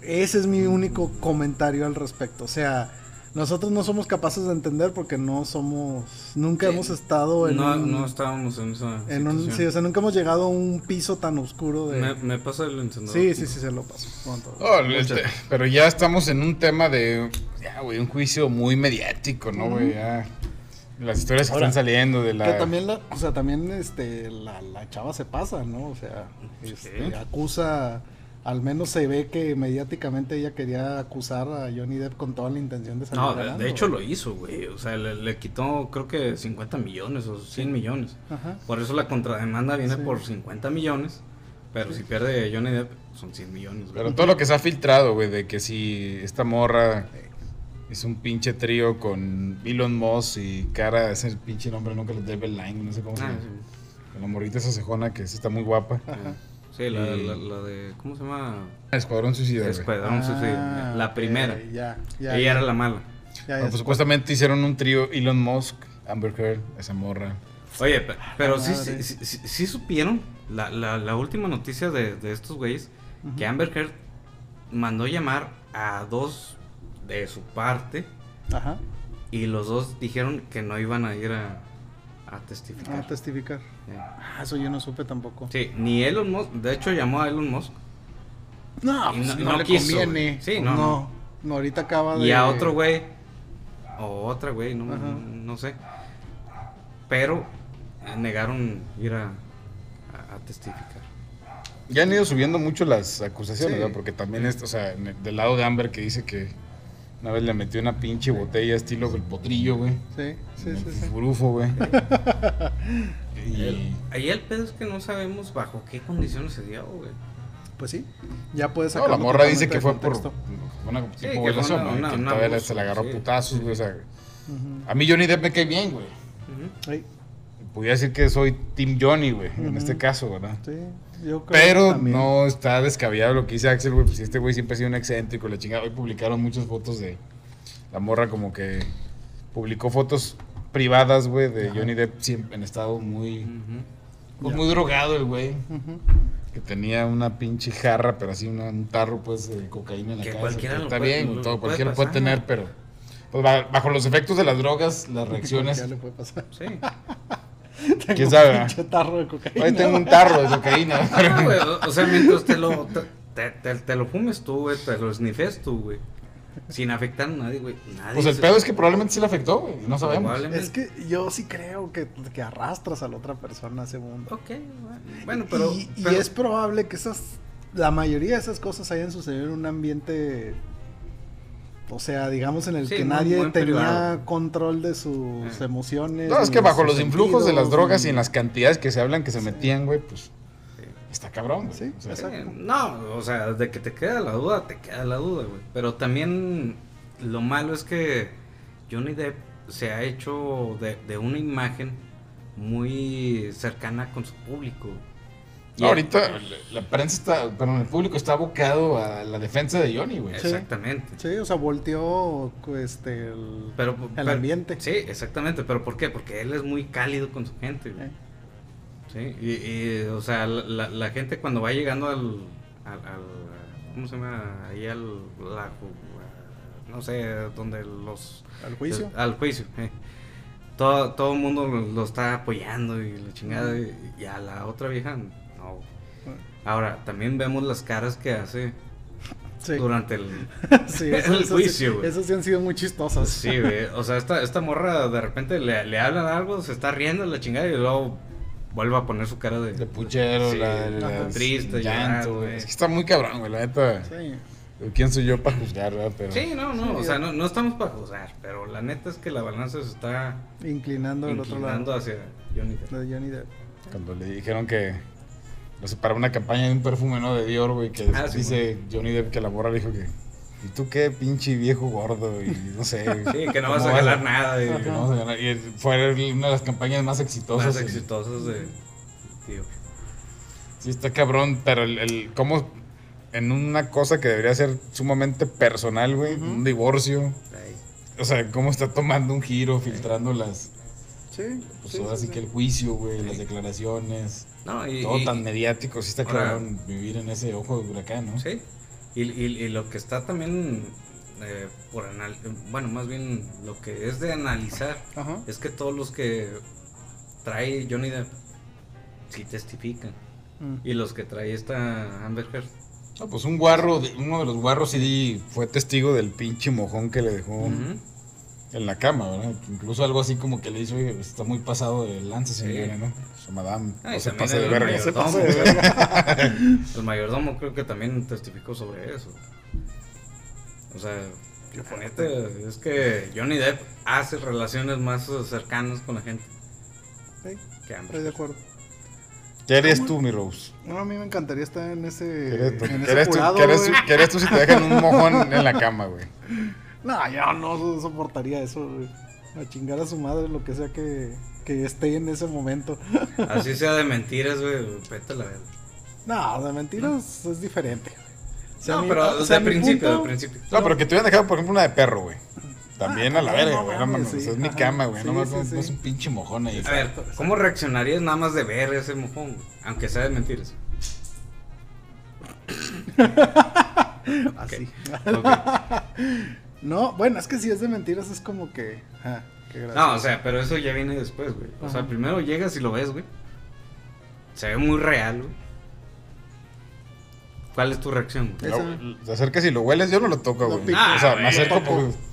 Speaker 3: Ese es mi
Speaker 2: Mm.
Speaker 3: único comentario al respecto. O sea, nosotros no somos capaces de entender porque no somos, nunca
Speaker 2: Sí.
Speaker 3: hemos estado en
Speaker 2: No,
Speaker 3: un,
Speaker 2: no estábamos en esa.
Speaker 3: en un- sí, o
Speaker 2: situación.
Speaker 3: sea, nunca hemos llegado a un piso tan oscuro de.
Speaker 2: me, me pasa el encendedor.
Speaker 3: sí, sí, sí, se lo paso. con todo.
Speaker 1: Oh, este, pero ya estamos en un tema de. Ya, güey, un juicio muy mediático, ¿no, güey? Ya. Las historias que
Speaker 3: Ahora,
Speaker 1: están saliendo de la.
Speaker 3: Que también la, o sea, también este, la, la chava se pasa, ¿no? O sea, este,
Speaker 2: Sí.
Speaker 3: acusa, al menos se ve que mediáticamente ella quería acusar a Johnny Depp con toda la intención de salir
Speaker 2: No, de,
Speaker 3: ganando.
Speaker 2: de hecho lo hizo, güey. O sea, le, le quitó creo que 50 millones o 100 millones.
Speaker 3: Ajá.
Speaker 2: Por eso la contrademanda viene
Speaker 3: Sí.
Speaker 2: por 50 millones. Pero si pierde Johnny Depp, son 100 millones. güey.
Speaker 1: Pero todo lo que se ha filtrado, güey, de que si esta morra es un pinche trío con Elon Musk y cara, ese pinche nombre nunca lo debe Line, no sé cómo se
Speaker 2: Ah,
Speaker 1: llama.
Speaker 2: sí.
Speaker 1: Con la morrita esa cejona que sí está muy guapa.
Speaker 3: Ajá.
Speaker 2: Sí, la,
Speaker 1: Y-
Speaker 2: la, la de. ¿Cómo se llama?
Speaker 1: Escuadrón Suicida, güey.
Speaker 2: Escuadrón Suicida,
Speaker 3: Ah,
Speaker 2: La
Speaker 3: ok,
Speaker 2: primera.
Speaker 3: ya, ya.
Speaker 2: Ella
Speaker 3: ya,
Speaker 2: era la Ah, mala.
Speaker 3: ya,
Speaker 1: Bueno,
Speaker 3: ya.
Speaker 1: pues, supuestamente hicieron un trío Elon Musk, Amber Heard, esa morra.
Speaker 2: Oye, pe- pero sí,
Speaker 3: Ah, madre.
Speaker 2: sí, sí- sí- sí supieron la, la, la última noticia de, de estos güeyes
Speaker 3: Ujú.
Speaker 2: que Amber Heard mandó llamar a dos de su parte
Speaker 3: Ajá.
Speaker 2: y los dos dijeron que no iban a ir a, a testificar.
Speaker 3: Ah, testificar. Ah, eso yo no supe tampoco.
Speaker 2: Sí, ni Elon Musk, de hecho llamó a Elon Musk
Speaker 3: No,
Speaker 2: Y
Speaker 3: pues,
Speaker 2: no-
Speaker 3: no,
Speaker 2: no
Speaker 3: le
Speaker 2: quiso,
Speaker 3: conviene.
Speaker 2: güey. Sí,
Speaker 3: Pues
Speaker 2: no,
Speaker 3: no. No, ahorita acaba de.
Speaker 2: y a otro güey o otra güey, no,
Speaker 3: Ajá.
Speaker 2: no, no sé. Pero eh, negaron ir a, a- a testificar.
Speaker 1: Ya han ido subiendo mucho las acusaciones,
Speaker 3: Sí.
Speaker 1: ¿verdad? Porque también, es, o sea, en el- del lado de Amber que dice que una vez le metió una pinche botella estilo el potrillo, güey.
Speaker 3: Sí, sí,
Speaker 1: el
Speaker 3: sí. sí.
Speaker 1: fufurufo, güey. y...
Speaker 2: Ahí el pedo es que no sabemos bajo qué condiciones se dio, güey.
Speaker 3: Pues sí. Ya puedes
Speaker 1: No, la
Speaker 3: sacarlo
Speaker 1: morra dice
Speaker 3: totalmente
Speaker 1: que
Speaker 3: de
Speaker 1: fue por
Speaker 3: contexto.
Speaker 1: una
Speaker 2: Sí,
Speaker 1: tipo
Speaker 2: que fue
Speaker 1: violación,
Speaker 2: una-
Speaker 1: ¿no? Y
Speaker 2: una-
Speaker 1: que
Speaker 2: un
Speaker 1: todavía
Speaker 2: abuso,
Speaker 1: se la agarró a
Speaker 2: sí.
Speaker 1: putazos, güey. O sea,
Speaker 3: Ujú.
Speaker 1: a mí Johnny Depp me cae bien, güey.
Speaker 2: Ujú.
Speaker 3: Ay,
Speaker 1: Pudiera decir que soy Team Johnny, güey, en
Speaker 3: Ujú.
Speaker 1: este caso, ¿verdad?
Speaker 3: Sí, yo creo que
Speaker 1: Pero
Speaker 3: también.
Speaker 1: no está descabellado lo que dice Axel, güey. Pues este güey siempre ha sido un excéntrico, la chingada. Hoy publicaron muchas fotos de la morra, como que publicó fotos privadas, güey, de
Speaker 3: Ajá.
Speaker 1: Johnny Depp siempre en estado muy,
Speaker 2: Ujú.
Speaker 1: pues,
Speaker 3: Ya.
Speaker 1: muy drogado, el güey.
Speaker 3: Ujú.
Speaker 1: Que tenía una pinche jarra, pero así una- un tarro, pues, de cocaína en la
Speaker 2: Que
Speaker 1: cabeza.
Speaker 2: cualquiera
Speaker 1: Pues,
Speaker 2: lo
Speaker 1: Está
Speaker 2: puede-
Speaker 1: bien,
Speaker 2: lo-
Speaker 1: güey, todo,
Speaker 2: lo puede
Speaker 1: cualquiera lo puede
Speaker 2: pasar.
Speaker 1: tener, pero... pues, ba- bajo los efectos de las drogas, las
Speaker 3: Ya
Speaker 1: reacciones...
Speaker 3: le puede pasar.
Speaker 2: Sí.
Speaker 3: Tengo
Speaker 1: ¿Quién sabe,
Speaker 3: un
Speaker 1: ah?
Speaker 3: pinche tarro de cocaína.
Speaker 1: Hoy tengo un tarro de cocaína. pero-
Speaker 2: Ah, güey, o- o sea, mientras te lo, te, te- te- te lo fumes tú, güey, te lo snifes tú, güey. Sin afectar a nadie, güey. Nadie
Speaker 1: Pues el
Speaker 2: se-
Speaker 1: pedo es que probablemente sí le afectó, güey. No sabemos.
Speaker 2: Probablemente.
Speaker 3: Es que yo sí creo que, que arrastras a la otra persona a ese mundo.
Speaker 2: Ok, bueno. bueno, pero...
Speaker 3: y, y
Speaker 2: pero-
Speaker 3: es probable que esas, la mayoría de esas cosas hayan sucedido en un ambiente, o sea, digamos en el
Speaker 2: Sí,
Speaker 3: que
Speaker 2: muy-
Speaker 3: nadie
Speaker 2: muy
Speaker 3: tenía
Speaker 2: privado.
Speaker 3: control de sus
Speaker 2: Eh.
Speaker 3: emociones.
Speaker 1: No, es
Speaker 3: ni
Speaker 1: que
Speaker 3: de
Speaker 1: bajo
Speaker 3: sus
Speaker 1: los influjos de las
Speaker 3: sentidos,
Speaker 1: drogas y
Speaker 3: ni-
Speaker 1: en las cantidades que se hablan que se metían, güey, pues
Speaker 2: Sí.
Speaker 1: está cabrón. güey.
Speaker 3: Sí,
Speaker 1: O sea,
Speaker 2: Sí,
Speaker 3: exacto.
Speaker 2: No, o sea, de que te queda la duda, te queda la duda, güey. Pero también lo malo es que Johnny Depp se ha hecho de, de una imagen muy cercana con su público.
Speaker 1: No, ahorita la prensa está, perdón, el público está abocado a la defensa de Johnny, güey.
Speaker 3: Sí.
Speaker 2: Exactamente.
Speaker 3: Sí, o sea, volteó este, el,
Speaker 2: Pero,
Speaker 3: el
Speaker 2: pero-
Speaker 3: ambiente.
Speaker 2: Sí, exactamente. ¿Pero por qué? Porque él es muy cálido con su gente, güey.
Speaker 3: Eh.
Speaker 2: Sí, y, y, o sea, la, la- la gente cuando va llegando al, al, al- ¿Cómo se llama? Ahí al. la ju- no sé, donde los.
Speaker 3: Al juicio.
Speaker 2: al juicio. eh. Todo, todo el mundo lo, lo está apoyando y la chingada. Y, y a la otra vieja, no. Ahora, también vemos las caras que hace
Speaker 3: Sí.
Speaker 2: durante el.
Speaker 3: Sí,
Speaker 2: el
Speaker 3: eso- eso sí-
Speaker 2: juicio, güey.
Speaker 3: Esos sí han sido muy chistosos.
Speaker 2: Pues Sí, güey. O sea, esta, esta morra de repente le, le hablan algo, se está riendo la chingada y luego vuelve a poner su cara de.
Speaker 1: De puchero,
Speaker 2: Sí,
Speaker 1: la,
Speaker 3: ajá.
Speaker 1: la
Speaker 2: Triste,
Speaker 1: el
Speaker 2: llorando, eh.
Speaker 1: llanto,
Speaker 2: güey.
Speaker 1: güey. Es que está muy cabrón, güey, la neta.
Speaker 3: Sí.
Speaker 1: ¿Quién soy yo para juzgar, verdad? Pero
Speaker 2: Sí, no, no.
Speaker 3: Sí,
Speaker 2: o
Speaker 3: ya.
Speaker 2: sea, no, no estamos para juzgar, pero la neta es que la balanza se está
Speaker 3: Inclinando al otro
Speaker 2: inclinando
Speaker 3: lado.
Speaker 2: hacia Johnny Depp.
Speaker 3: De Johnny Depp.
Speaker 1: cuando le dijeron que no sé, para una campaña de un perfume, ¿no? De Dior, güey, que
Speaker 2: Ah, sí,
Speaker 1: dice Johnny Depp que la borra, le dijo que. ¿Y tú qué pinche viejo gordo? Y no sé.
Speaker 2: Sí, que no
Speaker 1: ¿cómo
Speaker 2: vas a
Speaker 1: vas
Speaker 2: ganar nada. y-
Speaker 1: Que no vas a ganar. Y fue una de las campañas más exitosas.
Speaker 2: Más
Speaker 1: en-
Speaker 2: exitosos de. Tío.
Speaker 1: Sí, está cabrón, pero el, el- cómo en una cosa que debería ser sumamente personal, güey,
Speaker 3: Ujú.
Speaker 1: un divorcio,
Speaker 2: Ahí.
Speaker 1: o sea, cómo está tomando un giro, filtrando las,
Speaker 3: Sí.
Speaker 1: pues
Speaker 3: sí,
Speaker 1: ahora
Speaker 3: sí,
Speaker 1: sí
Speaker 3: sí.
Speaker 1: que el juicio, güey, las declaraciones,
Speaker 2: No, y.
Speaker 1: todo
Speaker 2: y-
Speaker 1: tan mediático, sí está
Speaker 2: ahora-
Speaker 1: cabrón vivir en ese ojo de huracán, ¿no?
Speaker 2: Sí. Y, y- y lo que está también. eh, por anal Bueno, más bien lo que es de analizar
Speaker 3: Ajá.
Speaker 2: es que todos los que trae Johnny Depp sí testifican.
Speaker 3: Mm.
Speaker 2: Y los que trae esta Amber Heard.
Speaker 1: No, pues un guarro, de- uno de los guarros sí fue testigo del pinche mojón que le dejó
Speaker 2: Ujú.
Speaker 1: en la cama, ¿verdad? Incluso algo así como que le hizo, "Oye, está muy pasado de lanza,
Speaker 2: Sí.
Speaker 1: señora, ¿no? O sea, madame,
Speaker 2: Ay,
Speaker 1: no se
Speaker 2: también
Speaker 1: pase
Speaker 2: el
Speaker 1: de verga.
Speaker 2: mayordomo,
Speaker 1: se pase de verga.
Speaker 2: El mayordomo creo que también testificó sobre eso. O sea, la neta es que Johnny Depp hace relaciones más cercanas con la gente
Speaker 3: Sí,
Speaker 2: que Amber
Speaker 3: estoy de acuerdo.
Speaker 1: ¿Qué harías tú, mi Rose?
Speaker 3: No, a mí me encantaría estar en
Speaker 1: ¿Qué
Speaker 3: ese.
Speaker 1: eres tú?
Speaker 3: Eh, en
Speaker 1: ¿Qué
Speaker 3: ese
Speaker 1: eres tú?
Speaker 3: jurado,
Speaker 1: ¿Qué eres tú?
Speaker 3: güey.
Speaker 1: ¿Qué eres tú si te dejan un mojón en la cama, güey?
Speaker 3: No, yo no soportaría eso, güey. A chingar a su madre, lo que sea que, que esté en ese momento.
Speaker 2: Heard. Así sea de mentiras, güey, vete a la verga.
Speaker 3: No, de mentiras es diferente. güey. O sea,
Speaker 2: No,
Speaker 3: mi-
Speaker 2: pero
Speaker 3: o
Speaker 2: de
Speaker 3: sea, mi
Speaker 2: principio,
Speaker 3: punto-
Speaker 2: de principio.
Speaker 1: No, pero que te hubieran dejado, por ejemplo, una de perro, güey. También
Speaker 3: Ah,
Speaker 1: a la
Speaker 3: no,
Speaker 1: verga,
Speaker 3: no
Speaker 1: güey. No mames,
Speaker 3: mames, sí,
Speaker 1: es mi
Speaker 3: ajá.
Speaker 1: cama, güey. No
Speaker 3: Sí,
Speaker 1: mames,
Speaker 3: sí,
Speaker 1: no
Speaker 3: sí.
Speaker 1: es un pinche mojón ahí.
Speaker 2: A ver, ¿cómo reaccionarías nada más de ver ese mojón? güey? Aunque sea de mentiras.
Speaker 3: Así.
Speaker 2: Ok.
Speaker 3: Ah, No, bueno, es que si es de mentiras es como que. ah, qué
Speaker 2: No, o
Speaker 3: gracioso.
Speaker 2: sea, pero eso ya viene después, güey. O sea,
Speaker 3: Ajá.
Speaker 2: primero llegas y lo ves, güey. Se ve muy real, güey. ¿Cuál es tu reacción, güey?
Speaker 3: esa-
Speaker 1: Lo- Te acercas y lo hueles, yo no lo toco,
Speaker 3: Lo
Speaker 1: güey.
Speaker 3: pico.
Speaker 1: O sea,
Speaker 2: Ah,
Speaker 1: me acerco pues,
Speaker 3: güey.
Speaker 1: por.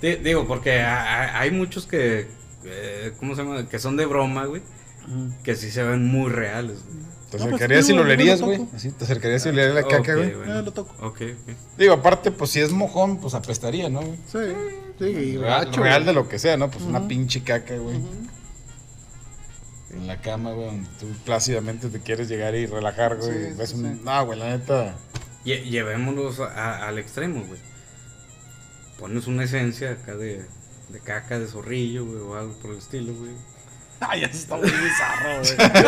Speaker 2: Di- Digo, porque ha- ha- hay muchos que. eh, ¿Cómo se llama? Que son de broma, güey.
Speaker 3: Ujú.
Speaker 2: Que sí se ven muy reales, güey.
Speaker 1: Te
Speaker 3: No, pues,
Speaker 1: acercarías y lo
Speaker 3: digo, yo no
Speaker 1: olerías,
Speaker 3: lo
Speaker 1: güey.
Speaker 3: toco.
Speaker 1: Así, te acercarías y olerías la caca,
Speaker 2: Ok,
Speaker 1: güey.
Speaker 2: bueno.
Speaker 3: Ah, lo toco.
Speaker 2: Ok, ok.
Speaker 1: Digo, aparte, pues si es mojón, pues apestaría, ¿no? güey?
Speaker 3: Sí, sí, y
Speaker 1: Real,
Speaker 3: gacho,
Speaker 1: real de
Speaker 3: güey.
Speaker 1: lo que sea, ¿no? Pues una
Speaker 3: Ujú.
Speaker 1: pinche caca, güey.
Speaker 3: Ujú.
Speaker 1: En la cama, güey, donde tú plácidamente te quieres llegar y relajar, güey.
Speaker 3: Sí,
Speaker 1: Ves
Speaker 3: sí,
Speaker 1: un-
Speaker 3: sí.
Speaker 1: No, güey, la neta.
Speaker 2: Lle- llevémoslos a- al extremo, güey. Pones una esencia acá de, de caca, de zorrillo, güey, o algo por el estilo, güey.
Speaker 3: Ay, eso está muy bizarro, güey.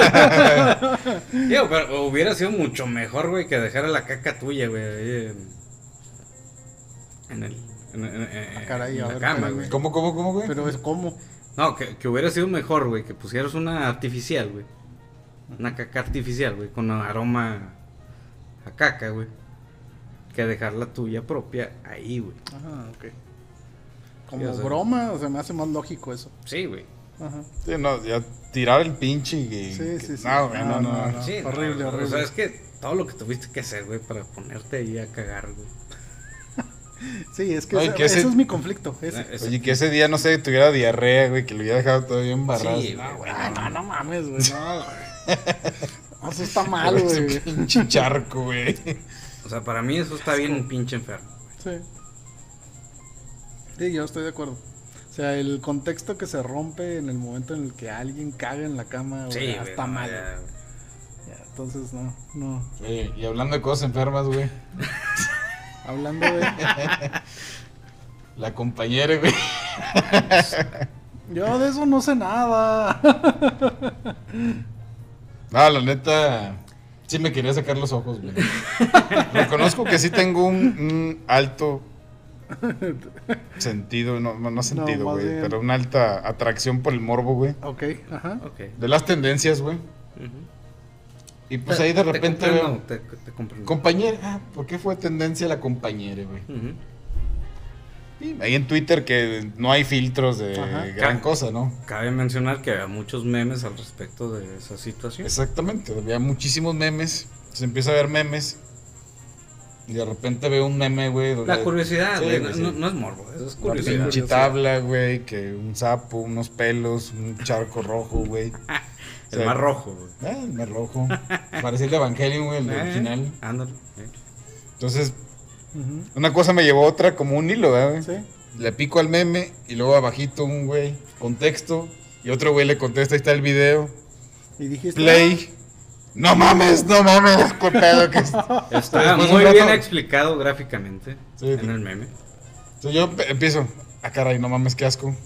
Speaker 2: Digo, pero hubiera sido mucho mejor, güey, que dejara la caca tuya, güey, ahí en, en el... En, en- en-
Speaker 3: Ah, caray,
Speaker 2: en
Speaker 3: a
Speaker 2: la
Speaker 3: ver,
Speaker 2: cama,
Speaker 3: espérame.
Speaker 2: güey.
Speaker 1: ¿Cómo, cómo, cómo, güey?
Speaker 3: Pero es como.
Speaker 2: No, que, que hubiera sido mejor, güey, que pusieras una artificial, güey. Una caca artificial, güey, con aroma a caca, güey. Que dejar la tuya propia ahí, güey.
Speaker 3: Ajá, ok.
Speaker 2: Sí,
Speaker 3: Como
Speaker 2: o sea-
Speaker 3: broma, o sea, me hace más lógico eso.
Speaker 2: Sí, güey.
Speaker 3: Ajá.
Speaker 1: Sí, no, ya tirar el pinche y que-
Speaker 3: Sí,
Speaker 1: que-
Speaker 3: sí, sí.
Speaker 1: No, güey, no, no,
Speaker 3: No, no, no.
Speaker 2: Sí,
Speaker 3: Ah, horrible,
Speaker 2: O sea,
Speaker 3: horrible.
Speaker 2: es que todo lo que tuviste que hacer, güey, para ponerte ahí a cagar, güey.
Speaker 3: Sí, es que,
Speaker 1: Ay,
Speaker 3: esa-
Speaker 1: que ese-
Speaker 3: eso es mi conflicto. ese.
Speaker 2: Eh,
Speaker 1: Oye, que ese día, no sé, tuviera diarrea, güey, que lo hubiera dejado todo bien barrado.
Speaker 2: Sí,
Speaker 1: no, güey.
Speaker 3: Ay, no, no mames, güey. No, güey. Eso está mal,
Speaker 1: Pero ese
Speaker 3: güey.
Speaker 1: pinche charco, güey.
Speaker 2: O sea, para mí eso está bien pinche enfermo.
Speaker 3: Sí. Sí, yo estoy de acuerdo. O sea, el contexto que se rompe en el momento en el que alguien caga en la cama, güey,
Speaker 2: Sí,
Speaker 3: ya
Speaker 2: güey,
Speaker 3: está
Speaker 2: no,
Speaker 3: mal.
Speaker 2: ya, güey.
Speaker 3: Ya, entonces, no, no.
Speaker 1: Oye, y hablando de cosas enfermas, güey.
Speaker 3: Hablando de...
Speaker 1: La compañera, güey.
Speaker 3: Yo de eso no sé nada.
Speaker 1: No, la neta. Sí me quería sacar los ojos, güey. Reconozco que sí tengo un, un alto sentido, no, no, no sentido,
Speaker 3: más
Speaker 1: güey,
Speaker 3: bien.
Speaker 1: pero una alta atracción por el morbo, güey.
Speaker 3: Ok, ajá.
Speaker 2: Ok.
Speaker 1: De las tendencias, güey. Y pues ahí de
Speaker 2: Te- te
Speaker 1: repente
Speaker 2: comprendo,
Speaker 1: veo...
Speaker 2: Te, te comprendo.
Speaker 1: Compañera, ah, ¿por qué fue tendencia la compañera, güey?
Speaker 2: Ujú.
Speaker 1: Sí, Ahí en Twitter que no hay filtros de
Speaker 3: Ajá.
Speaker 1: gran
Speaker 2: Ca-
Speaker 1: cosa, ¿no?
Speaker 2: Cabe mencionar que había muchos memes al respecto de esa situación.
Speaker 1: Exactamente, había muchísimos memes. Se empieza a ver memes. Y de repente veo un meme, güey. donde-
Speaker 2: La curiosidad,
Speaker 1: Sí,
Speaker 2: güey,
Speaker 1: güey,
Speaker 2: no,
Speaker 1: sí.
Speaker 2: no- no es morbo, eso es
Speaker 1: Una
Speaker 2: curiosidad.
Speaker 1: pinche tabla, güey, que un sapo, unos pelos, un charco rojo, güey.
Speaker 2: El más rojo, güey.
Speaker 1: Ah, el más rojo. Parecía el de Evangelion, güey, el
Speaker 2: Eh,
Speaker 1: original.
Speaker 2: Ándale. eh.
Speaker 1: Entonces,
Speaker 3: Ujú.
Speaker 1: una cosa me llevó a otra como un hilo, ¿verdad, güey?
Speaker 3: Sí.
Speaker 1: Le pico al meme y luego abajito un güey, contexto. Y otro güey le contesta, ahí está el video.
Speaker 3: Y dijiste.
Speaker 1: Play. No mames, no mames, qué pedo que es.
Speaker 2: Está
Speaker 1: Después
Speaker 2: muy
Speaker 1: un
Speaker 2: bien
Speaker 1: rato-
Speaker 2: explicado gráficamente
Speaker 1: Sí,
Speaker 2: en
Speaker 1: sí.
Speaker 2: el meme.
Speaker 1: Entonces yo empe- empiezo, ah, caray, no mames, qué asco.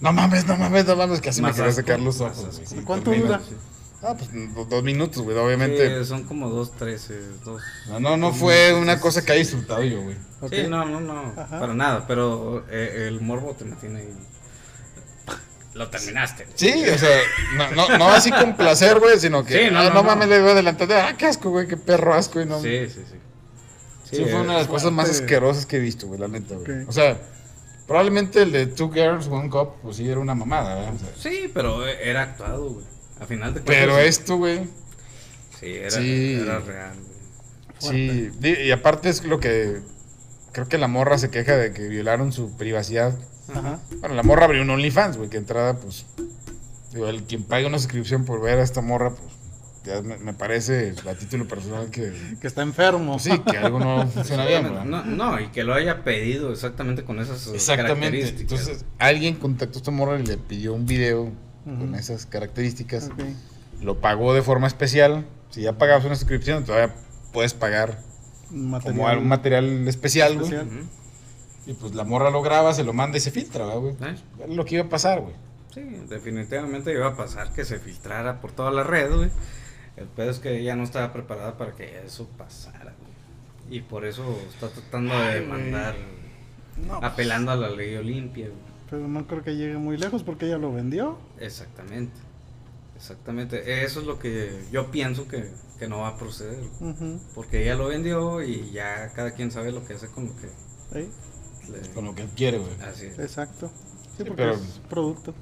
Speaker 1: No mames, no mames, no mames, que así me
Speaker 2: Más
Speaker 1: quería
Speaker 2: asco,
Speaker 1: sacar los
Speaker 2: más
Speaker 1: ojos.
Speaker 2: asco.
Speaker 1: güey, sí,
Speaker 3: ¿Cuánto
Speaker 1: termino.
Speaker 3: dura?
Speaker 1: Ah, pues do- dos minutos, güey, obviamente.
Speaker 2: Sí, son como dos, trece, dos.
Speaker 1: No, no, no fue una cosa que haya disfrutado yo, güey.
Speaker 3: Ok.
Speaker 2: Sí, no, no, no,
Speaker 3: Ajá.
Speaker 2: para nada, pero eh, el morbo te mantiene ahí. Lo terminaste.
Speaker 1: Sí, o sea, no, no, no así con placer, güey, sino que.
Speaker 2: Sí, no,
Speaker 1: ah,
Speaker 2: no,
Speaker 1: no
Speaker 2: no.
Speaker 1: mames, le voy adelantando. Ah, qué asco, güey, qué perro asco, y no. Sí,
Speaker 2: Sí, sí, sí.
Speaker 1: fue una de las
Speaker 2: eh,
Speaker 1: cosas más
Speaker 3: fuerte.
Speaker 1: asquerosas que he visto, güey, la neta, güey.
Speaker 3: Ok.
Speaker 1: O sea, probablemente el de Two Girls, One Cup, pues sí era una mamada, ¿verdad? O sea,
Speaker 2: Sí, pero eh, era actuado, güey. A final de cuentas.
Speaker 1: pero
Speaker 2: sí.
Speaker 1: esto, güey.
Speaker 2: Sí, era,
Speaker 1: Sí.
Speaker 2: era real, güey.
Speaker 1: Sí, di- y aparte es lo que creo que la morra se queja de que violaron su privacidad.
Speaker 3: Ajá.
Speaker 1: Bueno, la morra abrió un OnlyFans, güey, que entrada, pues, digo, el quien pague una suscripción por ver a esta morra, pues, ya me, me parece a título personal que,
Speaker 3: Que está enfermo.
Speaker 1: pues, sí, que algo no funciona bien, güey.
Speaker 2: No, no, y que lo haya pedido exactamente con esas eh,
Speaker 1: Exactamente.
Speaker 2: características.
Speaker 1: Entonces, alguien contactó a esta morra y le pidió un video con
Speaker 3: Ujú.
Speaker 1: esas características.
Speaker 3: Ok.
Speaker 1: Lo pagó de forma especial. Si ya pagabas una suscripción, todavía puedes pagar
Speaker 3: Un
Speaker 1: como algún material especial, güey.
Speaker 3: Especial.
Speaker 2: Ujú.
Speaker 1: Y pues la morra lo graba, se lo manda y se filtra, ¿verdad, güey.
Speaker 2: ¿Sabes?
Speaker 1: Era lo que iba a pasar, güey.
Speaker 2: Sí, definitivamente iba a pasar que se filtrara por toda la red, güey. El pedo es que ella no estaba preparada para que eso pasara, güey. Y por eso está tratando de mandar,
Speaker 3: No, pues.
Speaker 2: apelando a la ley Olimpia, güey.
Speaker 3: pero no creo que llegue muy lejos porque ella lo vendió.
Speaker 2: Exactamente. Exactamente. Eso es lo que yo pienso que, que no va a proceder. güey.
Speaker 3: Ujú.
Speaker 2: Porque ella lo vendió y ya cada quien sabe lo que hace con lo que
Speaker 3: Sí,
Speaker 2: le...
Speaker 1: Con lo que él quiere, güey.
Speaker 2: Así es.
Speaker 3: Exacto. Sí,
Speaker 1: Sí,
Speaker 3: porque
Speaker 1: pero-
Speaker 3: es producto.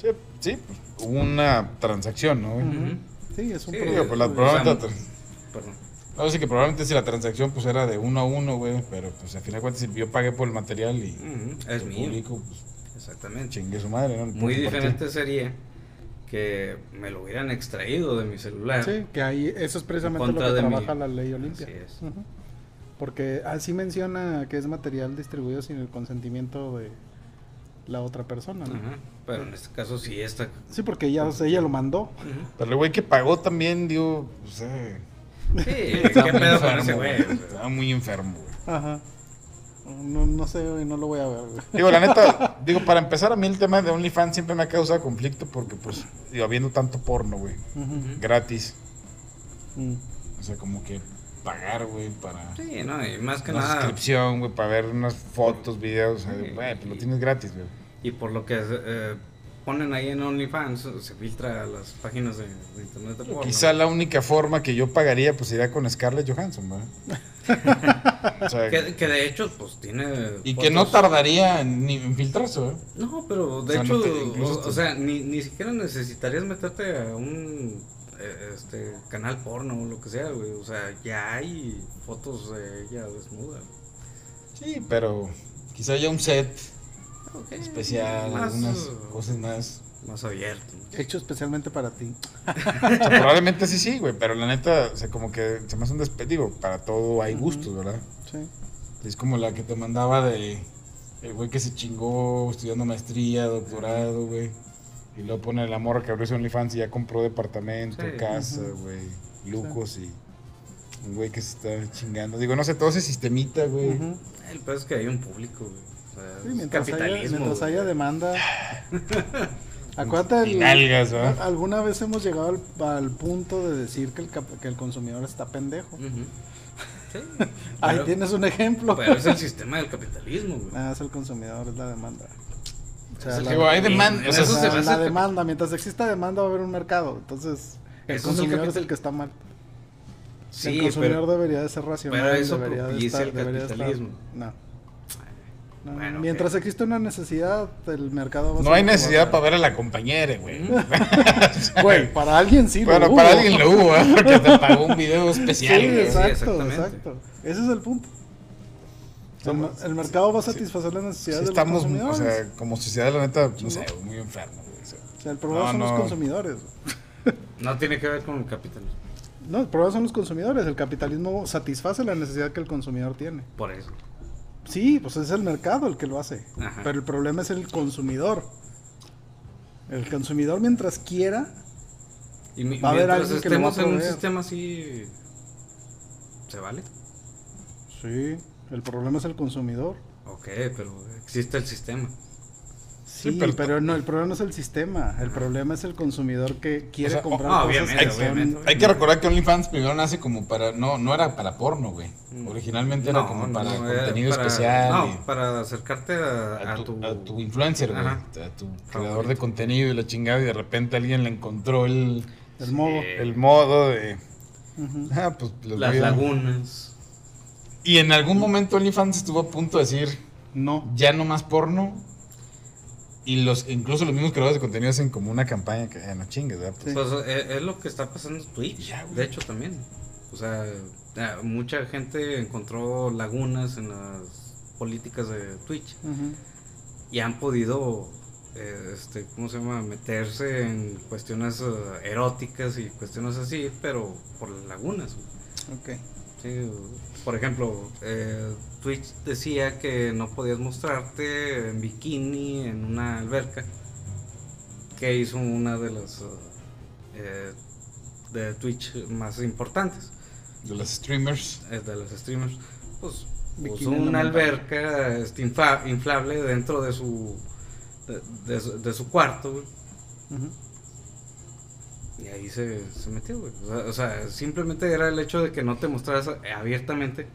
Speaker 1: Sí, sí, pues, hubo una transacción, ¿no? güey?
Speaker 3: Ujú.
Speaker 2: Ujú.
Speaker 3: Sí, es un
Speaker 2: Sí,
Speaker 1: Digo,
Speaker 3: producto.
Speaker 1: pues, la,
Speaker 3: güey.
Speaker 1: probablemente,
Speaker 2: usando.
Speaker 1: la tran-
Speaker 2: Perdón.
Speaker 1: no, sí que probablemente si la transacción pues era de uno a uno, güey, pero pues al final de cuentas si yo pagué por el material y
Speaker 2: Ujú, Es
Speaker 1: lo
Speaker 2: mío.
Speaker 1: publico, pues
Speaker 2: Exactamente.
Speaker 1: chingue su madre, ¿no? Lo
Speaker 2: Muy
Speaker 1: puedo compartir.
Speaker 2: diferente sería que me lo hubieran extraído de mi celular.
Speaker 3: Sí, que ahí eso es precisamente lo
Speaker 2: Contra
Speaker 3: que
Speaker 2: de mí.
Speaker 3: trabaja la ley Olimpia.
Speaker 2: Así es.
Speaker 3: Ujú. Porque así menciona que es material distribuido sin el consentimiento de la otra persona. ¿no?
Speaker 2: Ajá, Pero en este caso sí está.
Speaker 3: Sí, porque ella, o sea, ella lo mandó.
Speaker 1: Pero el güey que pagó también, digo, o sea,
Speaker 2: Sí, ¿qué
Speaker 1: estaba muy
Speaker 2: pedo con ese
Speaker 1: enfermo,
Speaker 2: güey?
Speaker 1: güey.
Speaker 2: O sea,
Speaker 1: Estaba muy enfermo, güey.
Speaker 3: Ajá. No, no sé, güey, no lo voy a ver. güey.
Speaker 1: Digo, la neta, digo, para empezar, a mí el tema de OnlyFans siempre me ha causado conflicto porque, pues, digo, habiendo tanto porno, güey,
Speaker 3: Ujú.
Speaker 1: gratis,
Speaker 3: Mm.
Speaker 1: o sea, como que pagar, güey, para
Speaker 2: Sí, no, y más que
Speaker 1: una
Speaker 2: nada.
Speaker 1: suscripción, güey, para ver unas fotos, videos, o sea,
Speaker 2: Sí,
Speaker 1: güey, pues lo
Speaker 2: y-
Speaker 1: tienes gratis, güey.
Speaker 2: Y por lo que eh, ponen ahí en OnlyFans, se filtra a las páginas de, de internet de porno.
Speaker 1: Quizá la única forma que yo pagaría, pues, sería con Scarlett Johansson, güey. O sea,
Speaker 2: Que, que de hecho, pues tiene.
Speaker 1: y que no
Speaker 2: fotos-
Speaker 1: tardaría ni en filtrarse, güey.
Speaker 2: No, pero
Speaker 1: O
Speaker 2: de
Speaker 1: sea,
Speaker 2: hecho,
Speaker 1: no te- incluso
Speaker 2: o,
Speaker 1: te-
Speaker 2: o sea, ni, ni siquiera necesitarías meterte a un eh, este canal porno o lo que sea, güey. O sea, ya hay fotos de ella desnuda.
Speaker 1: Sí, pero quizá haya un set
Speaker 2: Ok,
Speaker 1: especial,
Speaker 2: más,
Speaker 1: algunas
Speaker 2: uh,
Speaker 1: cosas más.
Speaker 2: Más abierto.
Speaker 3: Hecho especialmente para ti.
Speaker 1: O sea, probablemente sí, sí, güey, pero la neta, o sea, como que se me hace un despedido. Para todo hay
Speaker 3: Ujú.
Speaker 1: gustos, ¿verdad?
Speaker 3: Sí.
Speaker 1: Es como la que te mandaba de el güey que se chingó estudiando maestría, doctorado, güey. Y luego pone la morra que abrió su OnlyFans y ya compró departamento,
Speaker 2: Sí.
Speaker 1: casa,
Speaker 3: Ujú.
Speaker 1: güey, lucos y un güey que se está chingando. Digo, no sé, todo ese sistemita, güey.
Speaker 3: Ujú.
Speaker 2: El peor es que hay un público, güey. O sea,
Speaker 3: Sí,
Speaker 2: es
Speaker 3: mientras haya,
Speaker 2: capitalismo.
Speaker 3: mientras
Speaker 2: güey.
Speaker 3: haya demanda, Acuérdate,
Speaker 1: Y
Speaker 3: el-
Speaker 1: nalgas, ¿verdad?
Speaker 3: alguna vez hemos llegado al, al punto de decir que el, cap- que el consumidor está pendejo.
Speaker 2: Ujú. Sí.
Speaker 3: Ahí
Speaker 2: Pero-
Speaker 3: tienes un ejemplo.
Speaker 2: Pero es el sistema del capitalismo, güey.
Speaker 3: Nada, es el consumidor, es la demanda. O
Speaker 1: Es
Speaker 3: sea,
Speaker 1: el
Speaker 3: la,
Speaker 1: que va, hay
Speaker 2: en-
Speaker 1: demanda,
Speaker 2: en
Speaker 1: o sea,
Speaker 2: eso
Speaker 3: la-
Speaker 2: se basa
Speaker 3: la
Speaker 2: el cap-
Speaker 3: demanda, mientras exista demanda va a haber un mercado. Entonces, el
Speaker 2: Eso es el
Speaker 3: consumidor
Speaker 2: capital-
Speaker 3: es el que está mal.
Speaker 2: Sí,
Speaker 3: el consumidor
Speaker 2: pero,
Speaker 3: debería de ser racional.
Speaker 2: pero eso
Speaker 3: debería de
Speaker 2: propicia
Speaker 3: estar-
Speaker 2: el
Speaker 3: debería de estar-
Speaker 2: capitalismo.
Speaker 3: No. No,
Speaker 2: Bueno,
Speaker 3: mientras
Speaker 2: ok.
Speaker 3: exista una necesidad, el mercado va
Speaker 1: No
Speaker 3: a ser
Speaker 1: hay
Speaker 3: el que va a
Speaker 1: necesidad para
Speaker 3: ganar.
Speaker 1: ver a la compañera, güey.
Speaker 3: Güey, para alguien sí. lo
Speaker 1: Bueno,
Speaker 3: hubo.
Speaker 1: para alguien lo hubo, ¿eh? Porque te pagó un video
Speaker 3: Sí,
Speaker 1: especial, güey.
Speaker 3: exacto,
Speaker 2: exactamente.
Speaker 3: exacto. Ese es el punto. El,
Speaker 1: Somos-
Speaker 3: el mercado va a satisfacer las necesidades
Speaker 1: Sí,
Speaker 3: de los
Speaker 1: estamos, o
Speaker 3: consumidores.
Speaker 1: sea, como sociedad, la neta, no sé,
Speaker 3: Chingón.
Speaker 1: muy enfermo, güey. o sea.
Speaker 3: O sea, el problema
Speaker 1: No,
Speaker 3: son
Speaker 1: no.
Speaker 3: los consumidores. güey.
Speaker 2: no tiene que ver con el capitalismo.
Speaker 3: No, el problema son los consumidores. El capitalismo satisface la necesidad que el consumidor tiene.
Speaker 2: Por eso.
Speaker 3: Sí, pues es el mercado el que lo hace.
Speaker 2: Ajá.
Speaker 3: Pero el problema es el consumidor. El consumidor mientras quiera,
Speaker 2: Y mi-
Speaker 3: Va a haber
Speaker 2: mientras
Speaker 3: alguien que lo va a
Speaker 2: estemos en un
Speaker 3: proveer.
Speaker 2: sistema así, ¿se vale?
Speaker 3: sí, el problema es el consumidor.
Speaker 2: Ok, pero existe el sistema.
Speaker 3: Sí,
Speaker 1: Sí, pero-
Speaker 3: pero, no, el problema no es el sistema, el problema es el consumidor que
Speaker 1: O
Speaker 3: quiere
Speaker 1: sea,
Speaker 3: comprar
Speaker 2: o- ah,
Speaker 3: cosas
Speaker 2: obviamente,
Speaker 3: que son-
Speaker 2: obviamente, obviamente.
Speaker 1: Hay que recordar que OnlyFans primero nace como para. No, no era para porno, güey.
Speaker 2: Mm.
Speaker 1: Originalmente era como para
Speaker 2: no, era
Speaker 1: contenido
Speaker 2: para-
Speaker 1: especial. y-
Speaker 2: No, para acercarte a,
Speaker 1: a, tu,
Speaker 2: tu,
Speaker 1: a tu influencer, güey,
Speaker 2: Ajá.
Speaker 1: a tu creador
Speaker 2: Favorito.
Speaker 1: de contenido y la chingada, y de repente alguien le encontró el,
Speaker 3: el modo.
Speaker 1: el modo de.
Speaker 3: Ujú.
Speaker 1: Ah, pues les
Speaker 2: Eh. las
Speaker 1: voy a-
Speaker 2: lagunas.
Speaker 1: Y en algún momento OnlyFans estuvo a punto de decir
Speaker 3: No.
Speaker 1: ya no más porno. Y los, incluso los mismos creadores de contenido hacen como una campaña que ya no chingues, ¿verdad? Pues,
Speaker 3: Sí.
Speaker 2: Pues es, es lo que está pasando en Twitch,
Speaker 1: Ya, güey.
Speaker 2: de hecho también. O sea, eh, mucha gente encontró lagunas en las políticas de Twitch
Speaker 3: Ujú.
Speaker 2: y han podido, eh, este, ¿cómo se llama? Meterse en cuestiones eh, eróticas y cuestiones así, pero por las lagunas. güey.
Speaker 3: Ok.
Speaker 2: Sí, por ejemplo, eh, Twitch decía que no podías mostrarte en bikini en una alberca. Que hizo una de las eh, de Twitch más importantes,
Speaker 1: de los streamers.
Speaker 2: eh, de los streamers. Pues
Speaker 3: Bikini
Speaker 2: puso
Speaker 3: en la
Speaker 2: una
Speaker 3: montaña.
Speaker 2: alberca este, infa- inflable dentro de su de, de su- de su cuarto, güey,
Speaker 3: Ujú.
Speaker 2: Y ahí se, se metió, güey. O sea, o sea, simplemente era el hecho de que no te mostraras abiertamente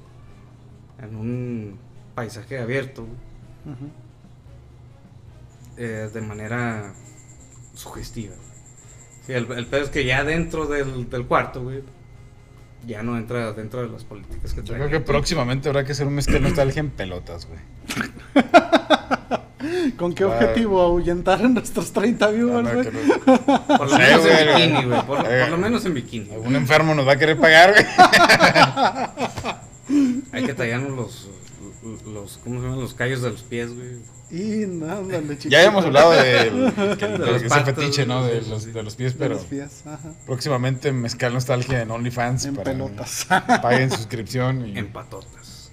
Speaker 2: en un paisaje abierto, güey,
Speaker 3: Ujú.
Speaker 2: eh, de manera sugestiva. Sí, el, el pedo es que ya dentro del, del cuarto, güey, ya no entra dentro de las políticas que
Speaker 1: Yo
Speaker 2: traen.
Speaker 1: creo que próximamente habrá que hacer un mes que nostalgia en pelotas, güey.
Speaker 3: ¿Con qué
Speaker 1: Ah.
Speaker 3: objetivo? ¿Ahuyentar a nuestros 30 viewers,
Speaker 1: Ahora
Speaker 3: güey?
Speaker 1: que no-
Speaker 2: Por lo
Speaker 1: Sí,
Speaker 2: menos en
Speaker 1: güey. Eh,
Speaker 2: bikini, güey. Por, por lo menos en bikini. güey.
Speaker 1: Algún enfermo nos va a querer pagar, güey.
Speaker 2: Hay que tallarnos los, los, ¿cómo se llaman? Los callos de los pies, güey.
Speaker 3: Y nada, le
Speaker 1: Ya habíamos hablado del- que-
Speaker 2: De
Speaker 1: de,
Speaker 2: los
Speaker 1: ese
Speaker 2: patos,
Speaker 1: fetiche, ¿no?
Speaker 2: sí,
Speaker 1: De
Speaker 2: sí,
Speaker 1: los,
Speaker 2: sí.
Speaker 1: de los pies,
Speaker 3: de
Speaker 1: pero
Speaker 3: los pies. Ajá.
Speaker 1: próximamente Mezcal Nostalgia en OnlyFans.
Speaker 3: En
Speaker 1: para-
Speaker 3: pelotas.
Speaker 1: Paguen suscripción y
Speaker 2: En patotas.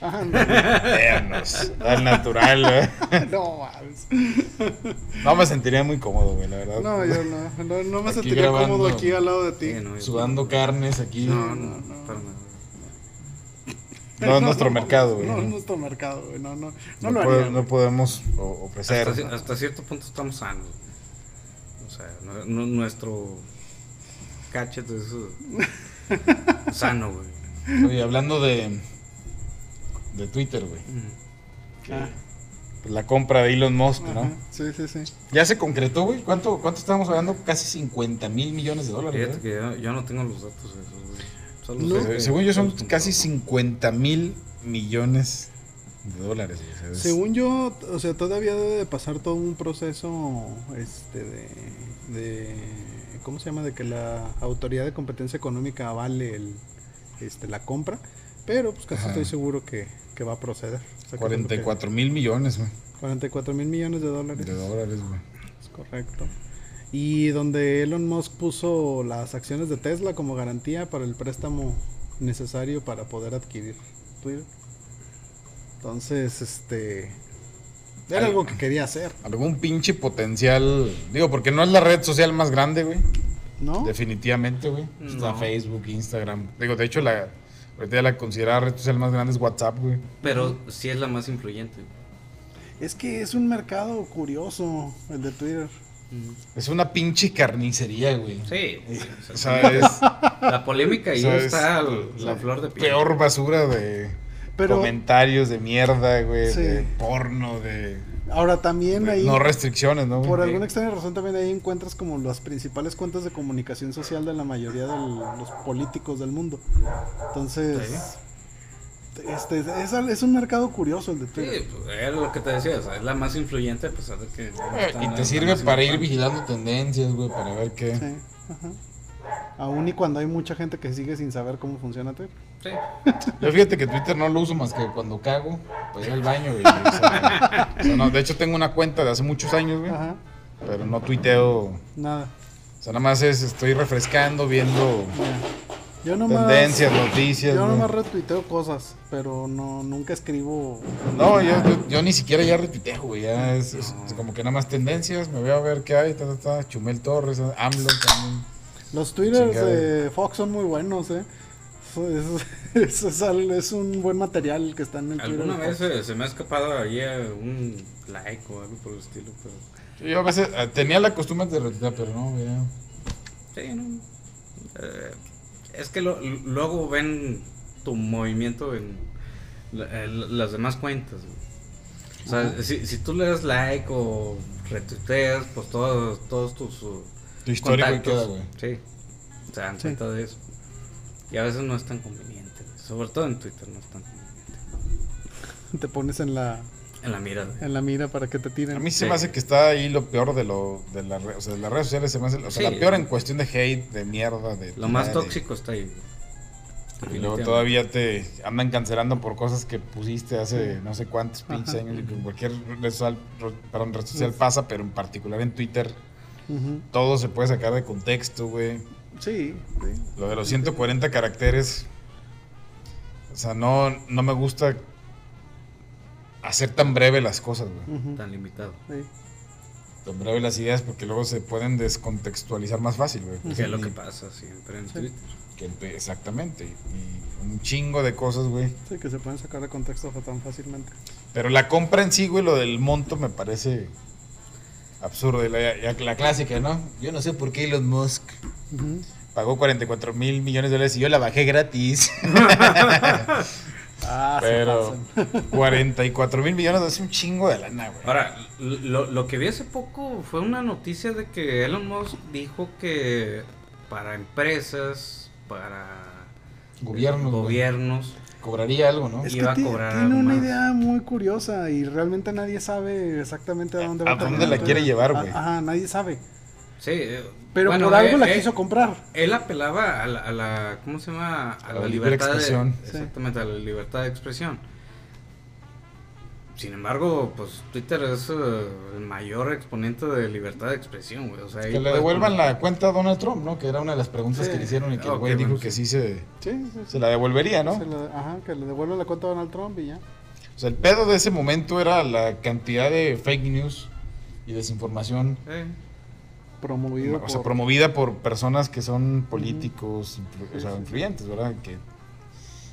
Speaker 3: Ándale.
Speaker 1: véannos. Al natural, ¿eh?
Speaker 3: no, mames.
Speaker 1: No me sentiría muy cómodo, güey, la verdad.
Speaker 3: No, yo no. No, no me
Speaker 1: Aquí
Speaker 3: sentiría
Speaker 1: grabando.
Speaker 3: cómodo aquí al lado de ti.
Speaker 2: Sí, no, yo-
Speaker 1: Sudando carnes aquí.
Speaker 2: No,
Speaker 1: No,
Speaker 2: no, no, para nada.
Speaker 1: es nuestro mercado, güey.
Speaker 3: No,
Speaker 1: No,
Speaker 3: es nuestro mercado, güey. No, no, no, lo
Speaker 1: pode-
Speaker 3: haría.
Speaker 1: no
Speaker 3: güey.
Speaker 1: podemos o- ofrecer.
Speaker 2: Hasta, ci- hasta cierto punto estamos sanos. güey. O sea, nu- nu- nuestro cachet es eh, sano, güey.
Speaker 1: Oye, hablando de, de Twitter, güey.
Speaker 2: Mm.
Speaker 1: que-
Speaker 3: Ah.
Speaker 1: pues, La compra de Elon Musk,
Speaker 3: Ajá,
Speaker 1: ¿no?
Speaker 3: Sí, sí, sí.
Speaker 1: Ya se concretó, güey. ¿Cuánto, ¿Cuánto estábamos hablando? Casi 50 mil millones de dólares.
Speaker 2: Fíjate
Speaker 1: ¿verdad?
Speaker 2: que yo, yo no tengo los datos de esos, güey. Solo
Speaker 3: No.
Speaker 2: sé
Speaker 1: Se-
Speaker 2: que-
Speaker 1: Según yo son
Speaker 2: solo-
Speaker 1: casi 50 mil millones de dólares. güey, o sea, es-
Speaker 3: Según yo, o sea, todavía debe de pasar todo un proceso este de, de ¿cómo se llama? de que la autoridad de competencia económica avale el este la compra, pero pues casi
Speaker 1: Ajá.
Speaker 3: estoy seguro que, que va a proceder. O sea, que es lo que-
Speaker 1: 44 mil millones, güey.
Speaker 3: 44 mil millones de dólares.
Speaker 1: De dólares, güey.
Speaker 3: Es correcto. Y donde Elon Musk puso las acciones de Tesla como garantía para el préstamo necesario para poder adquirir Twitter. Entonces, este era
Speaker 1: Ahí-
Speaker 3: algo que quería hacer,
Speaker 1: Algún pinche potencial. Digo, porque no es la red social más grande, güey.
Speaker 3: ¿no?
Speaker 1: Definitivamente, güey. Está
Speaker 2: No.
Speaker 1: Facebook, Instagram. Digo, de hecho, la, ahorita ya la considerada red social más grande es WhatsApp, güey.
Speaker 2: Pero sí es la más influyente. güey.
Speaker 3: Es que es un mercado curioso el de Twitter.
Speaker 1: Es una pinche carnicería, güey.
Speaker 2: Sí.
Speaker 1: O
Speaker 2: o sea,
Speaker 1: sea, es
Speaker 2: la polémica ahí
Speaker 1: o sea, es-
Speaker 2: está al- la flor de piel.
Speaker 1: peor basura de
Speaker 3: Pero
Speaker 1: comentarios de mierda, güey,
Speaker 3: Sí.
Speaker 1: de porno, de,
Speaker 3: ahora también
Speaker 1: de
Speaker 3: ahí,
Speaker 1: Pues, no restricciones, ¿no? güey?
Speaker 3: por alguna extraña razón, también ahí encuentras como las principales cuentas de comunicación social de la mayoría de los políticos del mundo. Entonces, este, es, es un mercado curioso el de
Speaker 2: Sí,
Speaker 3: Twitter.
Speaker 2: pues, era lo que te decía, o sea, es la más influyente a pesar de que... no
Speaker 1: Eh,
Speaker 2: está
Speaker 1: Y
Speaker 2: la-
Speaker 1: te
Speaker 2: la
Speaker 1: sirve
Speaker 2: más
Speaker 1: para ir
Speaker 2: importante.
Speaker 1: vigilando tendencias, güey, para ver qué.
Speaker 3: Sí, ajá. Aún y cuando hay mucha gente que sigue sin saber cómo funciona Twitter.
Speaker 2: Sí.
Speaker 1: Yo fíjate que Twitter no lo uso más que cuando cago para ir al baño, güey. O sea, o sea, no, de hecho, tengo una cuenta de hace muchos años, güey,
Speaker 3: Ajá,
Speaker 1: pero no tuiteo. O
Speaker 3: nada.
Speaker 1: sea, nada más es, estoy refrescando, viendo
Speaker 3: ya. Yo nomás,
Speaker 1: tendencias, noticias.
Speaker 3: yo
Speaker 1: güey.
Speaker 3: nomás retuiteo cosas, pero no nunca escribo.
Speaker 1: No, yo, yo- yo ni siquiera ya retuiteo, güey. Ya es, es como que nada más tendencias, me voy a ver qué hay, ta, ta, ta, Chumel Torres, AMLO también.
Speaker 3: Los twitters
Speaker 1: Chingada.
Speaker 3: de Fox son muy buenos, ¿eh? Es, es- es al- es un buen material que está en el Twitter.
Speaker 2: Alguna
Speaker 3: de
Speaker 2: vez
Speaker 3: Fox.
Speaker 2: eh, se me ha escapado ahí eh, un like o algo por el estilo, pero...
Speaker 1: Yo a veces eh, tenía la costumbre de retuitear, pero no, güey. ya.
Speaker 2: Sí, no. Eh, es que lo- luego ven tu movimiento en la- en las demás cuentas. güey. O sea, si, si tú le das like o retuiteas, pues todos, todos tus uh,
Speaker 1: Tu historia, güey,
Speaker 2: contactos,
Speaker 1: queda, güey.
Speaker 2: Sí. Se dan
Speaker 3: Sí.
Speaker 2: cuenta de eso. Y a veces no es tan conveniente. güey. Sobre todo en Twitter no es tan conveniente.
Speaker 3: Te pones en la,
Speaker 2: En la mirada.
Speaker 3: en la mira para que te tiren.
Speaker 1: A mí se
Speaker 2: Sí.
Speaker 1: me hace que está ahí lo peor de lo de, la re- o sea, de las redes sociales. Se me hace, o sea,
Speaker 2: Sí.
Speaker 1: la peor en cuestión de hate, de mierda, de.
Speaker 2: Lo más
Speaker 1: de-
Speaker 2: tóxico está ahí. güey.
Speaker 1: Y luego
Speaker 2: Definitivamente.
Speaker 1: todavía te andan cancelando por cosas que pusiste hace no sé cuántos pinches
Speaker 3: Ajá.
Speaker 1: años. Y que en cualquier red social, ro- perdón, red social pasa, pero en particular en Twitter,
Speaker 3: Ujú.
Speaker 1: todo se puede sacar de contexto, güey.
Speaker 3: Sí, sí.
Speaker 1: Lo de los 140 caracteres. O sea, no, no me gusta hacer tan breve las cosas, güey.
Speaker 3: Ujú.
Speaker 2: Tan limitado.
Speaker 3: Sí.
Speaker 1: tan breve las ideas porque luego se pueden descontextualizar más fácil, güey.
Speaker 2: Que es lo que pasa siempre en
Speaker 3: Sí.
Speaker 2: Twitter.
Speaker 1: Que empe- exactamente. Y un chingo de cosas, güey.
Speaker 3: Sí, que se pueden sacar de contexto tan fácilmente.
Speaker 1: Pero la compra en sí, güey, lo del monto me parece absurdo. Y La, ya- la clásica, ¿no? Yo no sé por qué Elon Musk
Speaker 3: Ujú.
Speaker 1: pagó 44 mil millones de dólares y yo la bajé gratis.
Speaker 3: Ah, se
Speaker 1: Pero
Speaker 3: pasan.
Speaker 1: 44 mil millones es un chingo de lana, güey.
Speaker 2: Ahora, lo, lo que vi hace poco fue una noticia de que Elon Musk dijo que para empresas, para
Speaker 1: Gobierno, güey.
Speaker 2: gobiernos,
Speaker 1: Cobraría algo, ¿no?
Speaker 3: Es
Speaker 2: Y
Speaker 3: que
Speaker 2: va a
Speaker 3: ti-
Speaker 2: cobrar
Speaker 3: tiene una
Speaker 2: más.
Speaker 3: idea muy curiosa y realmente nadie sabe exactamente a dónde va
Speaker 1: ¿A dónde
Speaker 3: terminar
Speaker 1: la
Speaker 3: todo.
Speaker 1: quiere llevar,
Speaker 3: Ah,
Speaker 1: güey?
Speaker 3: Ajá, nadie sabe.
Speaker 2: sí, eh,
Speaker 3: Pero
Speaker 2: bueno,
Speaker 3: por algo
Speaker 2: eh,
Speaker 3: la
Speaker 2: eh,
Speaker 3: quiso comprar.
Speaker 2: Él apelaba a la, a la- ¿cómo se llama? A la,
Speaker 1: libre
Speaker 2: libertad
Speaker 1: expresión.
Speaker 2: De,
Speaker 3: Sí.
Speaker 2: exactamente, a la libertad de expresión. Sin embargo, pues Twitter es eh, el mayor exponente de libertad de expresión, güey. O sea, ahí
Speaker 1: Que pues, le
Speaker 2: puedes
Speaker 1: devuelvan
Speaker 2: poner-
Speaker 1: la cuenta a Donald Trump, ¿no? Que era una de las preguntas
Speaker 3: Sí.
Speaker 1: que le hicieron y que
Speaker 2: Ah,
Speaker 1: el güey
Speaker 2: ok,
Speaker 1: dijo
Speaker 2: bueno,
Speaker 1: que
Speaker 2: sí.
Speaker 1: sí se,
Speaker 3: Sí, sí, sí.
Speaker 1: se la devolvería, ¿no?
Speaker 3: Se la- ajá, que le devuelve la cuenta a Donald Trump y ya.
Speaker 1: O sea, el pedo de ese momento era la cantidad de fake news y desinformación.
Speaker 2: Eh,
Speaker 3: Promovido.
Speaker 1: O sea,
Speaker 3: por-
Speaker 1: promovida por personas que son políticos, influ- o sea, influyentes, ¿verdad? Que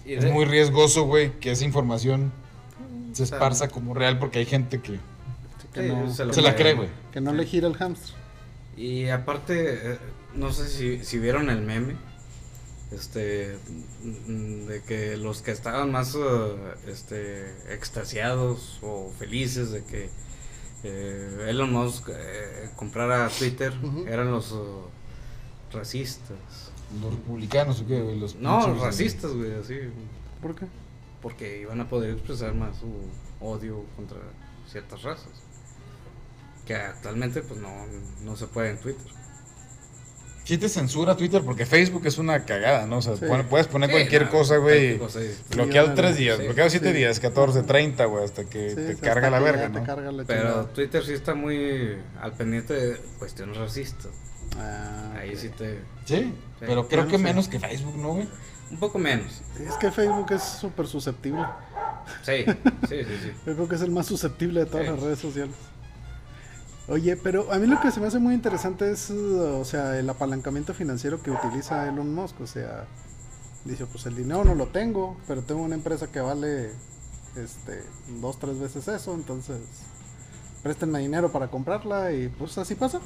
Speaker 2: y
Speaker 1: es
Speaker 2: de-
Speaker 1: muy riesgoso, güey, que esa información se
Speaker 2: está-
Speaker 1: esparza como real porque hay gente que
Speaker 2: que
Speaker 3: que
Speaker 2: no-
Speaker 3: no-
Speaker 1: se la cree, güey.
Speaker 3: Que no le gira el hamster.
Speaker 2: Y aparte, eh, no sé si, si vieron el meme, este, mm, de que los que estaban más, eh, este, extasiados o felices de que eh, Elon Musk eh, comprara Twitter
Speaker 3: Ujú.
Speaker 2: eran los eh, racistas.
Speaker 1: Los republicanos, ¿o qué, güey? Los
Speaker 2: No,
Speaker 1: pinches-
Speaker 2: racistas, güey, así,
Speaker 3: ¿Por qué?
Speaker 2: porque iban a poder expresar más su odio contra ciertas razas, que actualmente pues no, no se puede en Twitter.
Speaker 1: Sí te censura Twitter porque Facebook es una cagada, ¿no? O sea,
Speaker 3: Sí.
Speaker 1: pon- puedes poner
Speaker 2: Sí,
Speaker 1: cualquier
Speaker 2: no,
Speaker 1: cosa, güey.
Speaker 2: cualquier cosa, sí.
Speaker 1: Bloqueado
Speaker 3: Sí,
Speaker 1: tres días,
Speaker 2: sí.
Speaker 1: bloqueado siete
Speaker 3: Sí.
Speaker 1: días, 14, 30, güey, hasta que
Speaker 3: Sí,
Speaker 1: te
Speaker 3: sí,
Speaker 1: carga
Speaker 3: hasta
Speaker 1: la
Speaker 3: que
Speaker 1: verga,
Speaker 3: ya te
Speaker 1: ¿no?
Speaker 3: carga la
Speaker 2: Pero
Speaker 3: chingada.
Speaker 2: Twitter sí está muy al pendiente de cuestiones racistas.
Speaker 3: Ah,
Speaker 2: Ahí
Speaker 3: ok.
Speaker 2: sí te.
Speaker 1: Sí, pero creo
Speaker 3: no
Speaker 1: que
Speaker 3: sé.
Speaker 1: menos que Facebook, ¿no, güey?
Speaker 2: Un poco menos.
Speaker 3: Es que Facebook es súper susceptible.
Speaker 2: Sí, sí, sí. sí.
Speaker 3: Yo creo que es el más susceptible de todas
Speaker 2: Sí.
Speaker 3: las redes sociales. Oye, pero a mí lo que se me hace muy interesante es, uh, o sea, el apalancamiento financiero que utiliza Elon Musk. O sea, dice, pues el dinero no lo tengo, pero tengo una empresa que vale, este, dos, tres veces eso, entonces, préstenme dinero para comprarla y pues así pasa.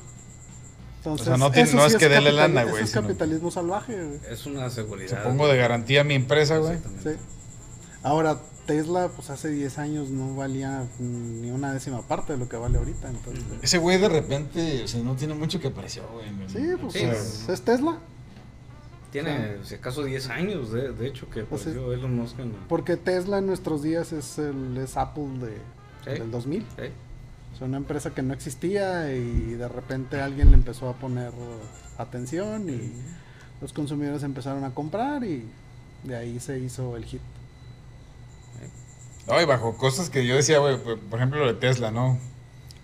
Speaker 3: Entonces,
Speaker 1: O sea, no tiene-
Speaker 3: eso
Speaker 1: no es que
Speaker 3: capital-
Speaker 1: dele lana,
Speaker 3: eso
Speaker 1: güey,
Speaker 3: es
Speaker 1: sino-
Speaker 3: capitalismo salvaje, güey.
Speaker 2: Es una seguridad.
Speaker 1: Se pongo de garantía a mi empresa, güey.
Speaker 2: Exactamente.
Speaker 3: Sí. Ahora, Tesla, pues hace 10 años no valía ni una décima parte de lo que vale ahorita. Entonces,
Speaker 1: Ese güey de repente, o sea, no tiene mucho que apareció, güey. en el-
Speaker 3: sí, pues
Speaker 2: Sí.
Speaker 3: es, es Tesla.
Speaker 2: Tiene, si acaso, 10 años, de, de hecho, que
Speaker 3: Pues sí.
Speaker 2: apareció Elon Musk en...
Speaker 3: Porque Tesla en nuestros días es, el, es Apple de,
Speaker 2: Sí.
Speaker 3: del 2000.
Speaker 2: Sí.
Speaker 3: O sea, una empresa que no existía y de repente alguien le empezó a poner atención y los consumidores empezaron a comprar y de ahí se hizo el hit.
Speaker 1: Ay, bajo cosas que yo decía, güey, por por ejemplo lo de Tesla, ¿no?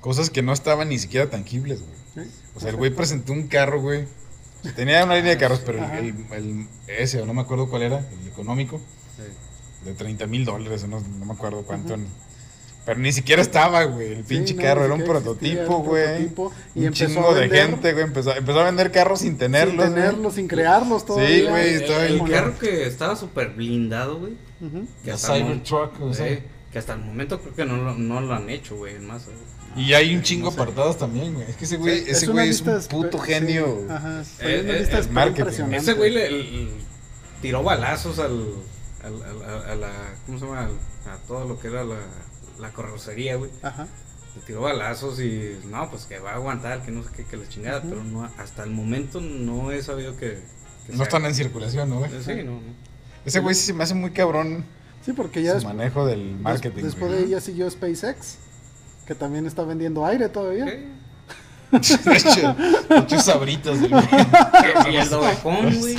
Speaker 1: Cosas que no estaban ni siquiera tangibles, güey.
Speaker 3: ¿sí?
Speaker 1: O sea, el güey presentó un carro, güey. O sea, Tenía una línea de carros, pero
Speaker 3: Ajá.
Speaker 1: el, el- ese, o no me acuerdo cuál era, el económico,
Speaker 2: Sí.
Speaker 1: de 30 mil dólares, o no, no me acuerdo cuánto. Pero ni siquiera estaba, güey, el
Speaker 3: Sí,
Speaker 1: pinche
Speaker 3: no,
Speaker 1: carro,
Speaker 3: ni
Speaker 1: era un
Speaker 3: siquiera existía, era
Speaker 1: prototipo,
Speaker 3: un
Speaker 1: güey.
Speaker 3: prototipo, Y
Speaker 1: Un
Speaker 3: empezó
Speaker 1: chingo
Speaker 3: a
Speaker 1: de
Speaker 3: vender
Speaker 1: gente, güey, empezó, empezó a vender carros sin
Speaker 3: sin
Speaker 1: tenerlos. güey.
Speaker 3: tenerlos, sin crearlos todavía.
Speaker 1: güey,
Speaker 2: El,
Speaker 1: estaba
Speaker 2: el
Speaker 1: bien
Speaker 2: carro que estaba súper blindado, güey.
Speaker 3: Ujú.
Speaker 2: que
Speaker 1: La
Speaker 2: hasta el momento-
Speaker 1: Cybertruck, o sea.
Speaker 2: Sí, que hasta el momento creo que no lo, no lo han hecho, güey, en masa. güey.
Speaker 1: Y hay un chingo apartados también, güey. Es que ese güey, ese
Speaker 3: una
Speaker 1: güey es
Speaker 3: lista
Speaker 1: un
Speaker 3: de espe-
Speaker 1: puto
Speaker 3: sí,
Speaker 1: genio.
Speaker 2: Eh,
Speaker 3: Ajá, es una
Speaker 2: eh,
Speaker 3: lista
Speaker 2: el
Speaker 3: de espera
Speaker 1: marketing.
Speaker 3: impresionante.
Speaker 2: Ese güey le, le- tiró balazos al, al- al- a- a la, ¿cómo se llama? Al- a todo lo que era la, la carrocería, güey.
Speaker 3: Ajá.
Speaker 2: Le tiró balazos y no, pues que va a aguantar, que no sé qué, que la chingada,
Speaker 3: Ujú.
Speaker 2: pero no, hasta el momento no he sabido que... que
Speaker 1: No
Speaker 2: sea-
Speaker 1: están en circulación, ¿no, güey?
Speaker 2: Eh, Sí, no, no.
Speaker 1: Ese güey sí se me hace muy cabrón
Speaker 3: Sí, porque ya
Speaker 1: su
Speaker 3: después,
Speaker 1: manejo del marketing.
Speaker 3: después
Speaker 1: güey.
Speaker 3: de ella siguió SpaceX, que también está vendiendo aire todavía.
Speaker 2: Sí.
Speaker 1: De hecho, de hecho, sabritas del güey.
Speaker 2: Y el Dogecoin, güey.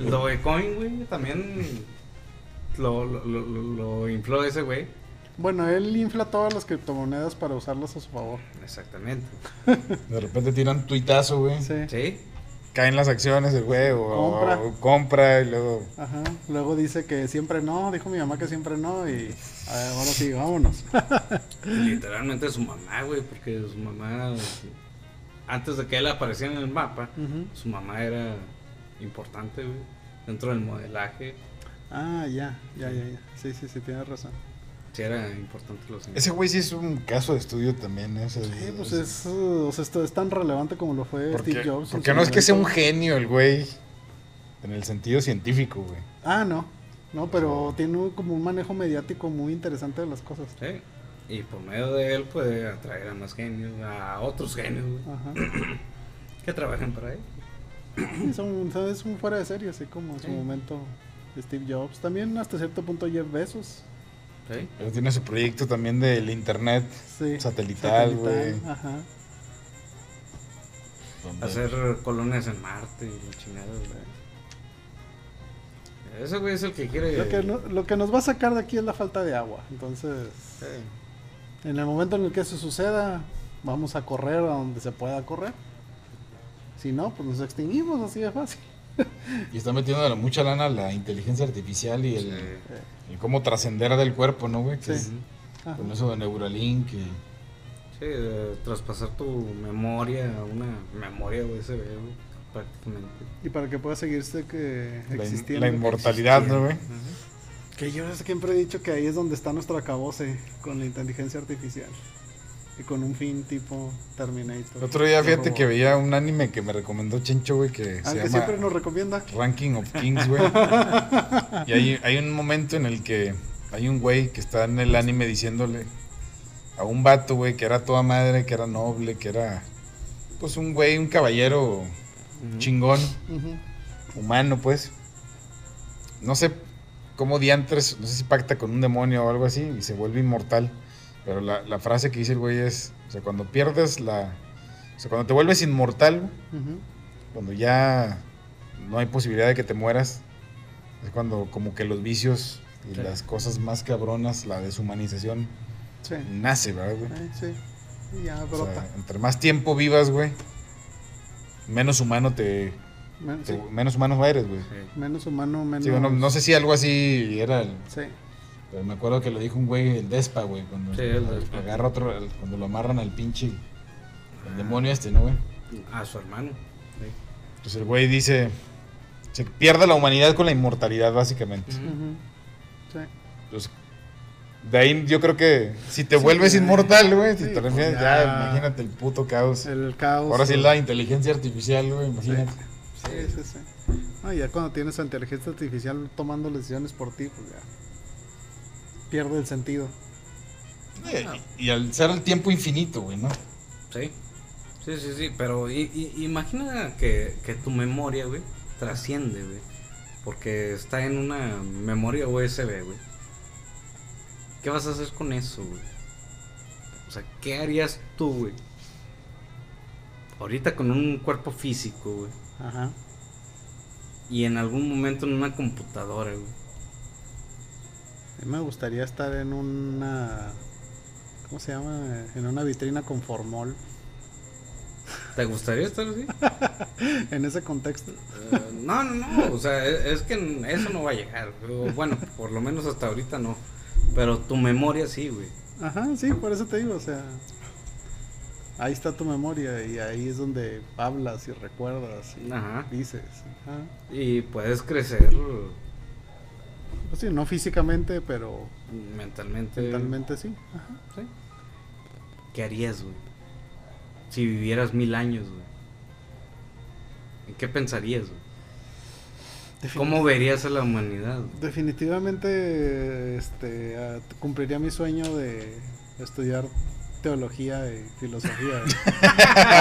Speaker 2: El Dogecoin, güey, también lo, lo, lo, lo- lo infló ese güey.
Speaker 3: Bueno, él infla todas las criptomonedas para usarlas a su favor.
Speaker 2: Exactamente.
Speaker 1: De repente tiran un tuitazo, güey.
Speaker 3: Sí.
Speaker 2: Sí.
Speaker 1: Caen las acciones del güey o
Speaker 3: Compra.
Speaker 1: o compra y luego.
Speaker 3: Ajá. Luego dice que siempre no, dijo mi mamá que siempre no y a ver, ahora sí, vámonos.
Speaker 2: Literalmente su mamá, güey, porque su mamá, antes de que él apareciera en el mapa,
Speaker 3: Ujú.
Speaker 2: su mamá era importante, güey, dentro del modelaje.
Speaker 3: Ah, ya, ya, ya, ya. Sí, sí, sí, tienes razón.
Speaker 2: Sí, era importante los
Speaker 1: Ese güey sí es un caso de estudio también, ¿eh? O sea,
Speaker 3: Sí, pues es, uh, o sea, esto es tan relevante como lo fue
Speaker 1: Porque,
Speaker 3: Steve Jobs. en
Speaker 1: porque
Speaker 3: su
Speaker 1: no es que sea un
Speaker 3: momento.
Speaker 1: genio el güey. En el sentido científico, güey.
Speaker 3: Ah, no. No, pero tiene un- como un manejo mediático muy interesante de las cosas.
Speaker 2: Sí. Y por medio de él puede atraer a más genios, a otros genios, güey,
Speaker 3: Ajá.
Speaker 2: que trabajen para él.
Speaker 3: Sí, son- son- es un fuera de serie, así como en su
Speaker 2: Sí.
Speaker 3: momento Steve Jobs. También hasta cierto punto Jeff Bezos.
Speaker 2: Sí.
Speaker 1: Pero tiene su proyecto también del internet
Speaker 3: Sí.
Speaker 1: satelital, güey.
Speaker 3: Satelital, Ajá.
Speaker 1: donde-
Speaker 2: Hacer colonias en Marte y la chingada, güey. Ese güey es el que quiere.
Speaker 3: Lo que, no- lo que nos va a sacar de aquí es la falta de agua. Entonces,
Speaker 2: Sí.
Speaker 3: en el momento en el que eso suceda, vamos a correr a donde se pueda correr. Si no, pues nos extinguimos así de fácil.
Speaker 1: Y está metiendo mucha lana a la inteligencia artificial y el,
Speaker 2: Sí.
Speaker 1: el cómo trascender del cuerpo, ¿no, güey? Que
Speaker 3: Sí.
Speaker 1: es-
Speaker 3: Ajá.
Speaker 1: Con eso de Neuralink. y-
Speaker 2: Sí, de traspasar tu memoria a una memoria USB, güey, prácticamente.
Speaker 3: Y para que pueda seguirse que
Speaker 1: La, in-
Speaker 3: existiendo.
Speaker 1: la inmortalidad, ¿no, güey?
Speaker 3: Que yo siempre he dicho que ahí es donde está nuestro acabose con la inteligencia artificial. Y con un fin tipo Terminator.
Speaker 1: El Pues, otro día,
Speaker 3: Tipo
Speaker 1: fíjate que
Speaker 3: robot.
Speaker 1: veía un anime que me recomendó Chencho, güey, que
Speaker 3: Al
Speaker 1: se
Speaker 3: Ah, que siempre nos
Speaker 1: llama
Speaker 3: recomienda.
Speaker 1: Ranking of Kings, güey. y hay, hay un momento en el que hay un güey que está en el anime diciéndole a un vato, güey, que era toda madre, que era noble, que era, pues, un güey, un caballero
Speaker 2: Ujú.
Speaker 1: chingón,
Speaker 3: Ujú.
Speaker 1: humano, pues. No sé cómo diantres, no sé si pacta con un demonio o algo así y se vuelve inmortal. Pero la, la frase que dice el güey es, o sea, cuando pierdes la... O sea, cuando te vuelves inmortal,
Speaker 3: Ujú.
Speaker 1: cuando ya no hay posibilidad de que te mueras, es cuando como que los vicios y
Speaker 2: Sí.
Speaker 1: las cosas más cabronas, la deshumanización,
Speaker 3: Sí.
Speaker 1: nace, ¿verdad, güey?
Speaker 3: Eh, sí. Y ya
Speaker 1: O
Speaker 3: brota.
Speaker 1: sea, entre más tiempo vivas, güey, menos humano te...
Speaker 3: Men-
Speaker 1: te-
Speaker 3: sí.
Speaker 1: menos humano eres, güey.
Speaker 2: Sí.
Speaker 3: Menos humano, menos.
Speaker 1: Digo, no, no sé si algo así era, el-
Speaker 3: Sí.
Speaker 1: pero me acuerdo que lo dijo un güey, el Despa, güey, cuando
Speaker 2: Sí, el Despa.
Speaker 1: agarra otro, el- cuando lo amarran al pinche, el demonio este, ¿no, güey?
Speaker 2: A su hermano. Sí.
Speaker 1: Pues el güey dice, se pierde la humanidad con la inmortalidad, básicamente.
Speaker 2: Ujú.
Speaker 3: Ujú. Sí.
Speaker 1: Entonces, Pues, De ahí yo creo que si te vuelves
Speaker 3: sí,
Speaker 1: inmortal, güey, si
Speaker 3: sí,
Speaker 1: te refieres,
Speaker 3: pues
Speaker 1: ya,
Speaker 3: ya.
Speaker 1: imagínate el puto caos.
Speaker 3: El caos.
Speaker 1: Ahora sí
Speaker 3: el-
Speaker 1: la inteligencia artificial, güey, imagínate.
Speaker 3: Sí, sí, sí. No, ya cuando tienes a inteligencia artificial tomando decisiones por ti, pues ya. Pierde el sentido.
Speaker 1: Eh, Y, y al ser el tiempo infinito, güey, ¿no?
Speaker 2: Sí, sí, sí, sí, pero i- i- imagina que, que tu memoria, güey, trasciende, güey. Porque está en una memoria USB, güey. ¿Qué vas a hacer con eso, güey? O sea, ¿qué harías tú, güey? Ahorita con un cuerpo físico, güey.
Speaker 3: Ajá.
Speaker 2: Y en algún momento en una computadora, güey.
Speaker 3: A mí me gustaría estar en una. ¿Cómo se llama? En una vitrina con formol.
Speaker 2: ¿Te gustaría estar así?
Speaker 3: En ese contexto.
Speaker 2: Eh, no, no, no, o sea, e- es que n- eso no va a llegar. o Bueno, por lo menos hasta ahorita no. Pero tu memoria sí, güey.
Speaker 3: Ajá, sí, por eso te digo, o sea. Ahí está tu memoria y ahí es donde hablas y recuerdas y
Speaker 2: Ajá.
Speaker 3: dices. Ajá.
Speaker 2: Y puedes crecer
Speaker 3: Pues sí, no físicamente, pero
Speaker 2: mentalmente.
Speaker 3: mentalmente sí. Ajá.
Speaker 2: Sí. ¿Qué harías, güey? Si vivieras mil años, güey. ¿En qué pensarías, güey? ¿Cómo verías a la humanidad? güey?
Speaker 3: Definitivamente este, ah, t- cumpliría mi sueño de estudiar teología y filosofía.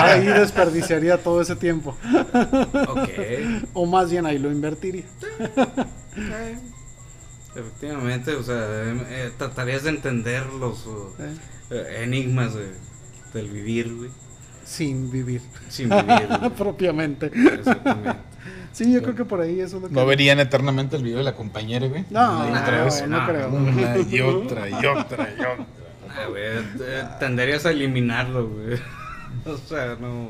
Speaker 3: ahí desperdiciaría todo ese tiempo.
Speaker 2: Ok.
Speaker 3: O más bien ahí lo invertiría.
Speaker 2: Eh, Efectivamente, o sea, eh, eh, tratarías de entender los oh,
Speaker 3: ¿eh?
Speaker 2: eh, enigmas de- del vivir, güey.
Speaker 3: Sin vivir.
Speaker 2: Sin vivir. güey.
Speaker 3: Propiamente.
Speaker 2: Exactamente.
Speaker 3: Sí, yo creo que por ahí eso es lo que...
Speaker 1: No verían eternamente el video de la compañera, güey.
Speaker 3: No,
Speaker 1: Una y
Speaker 2: no,
Speaker 1: otra vez.
Speaker 2: güey,
Speaker 3: no, creo.
Speaker 1: Una y otra y otra y otra.
Speaker 2: Ah, güey, eh, tenderías a eliminarlo, güey. O sea, no,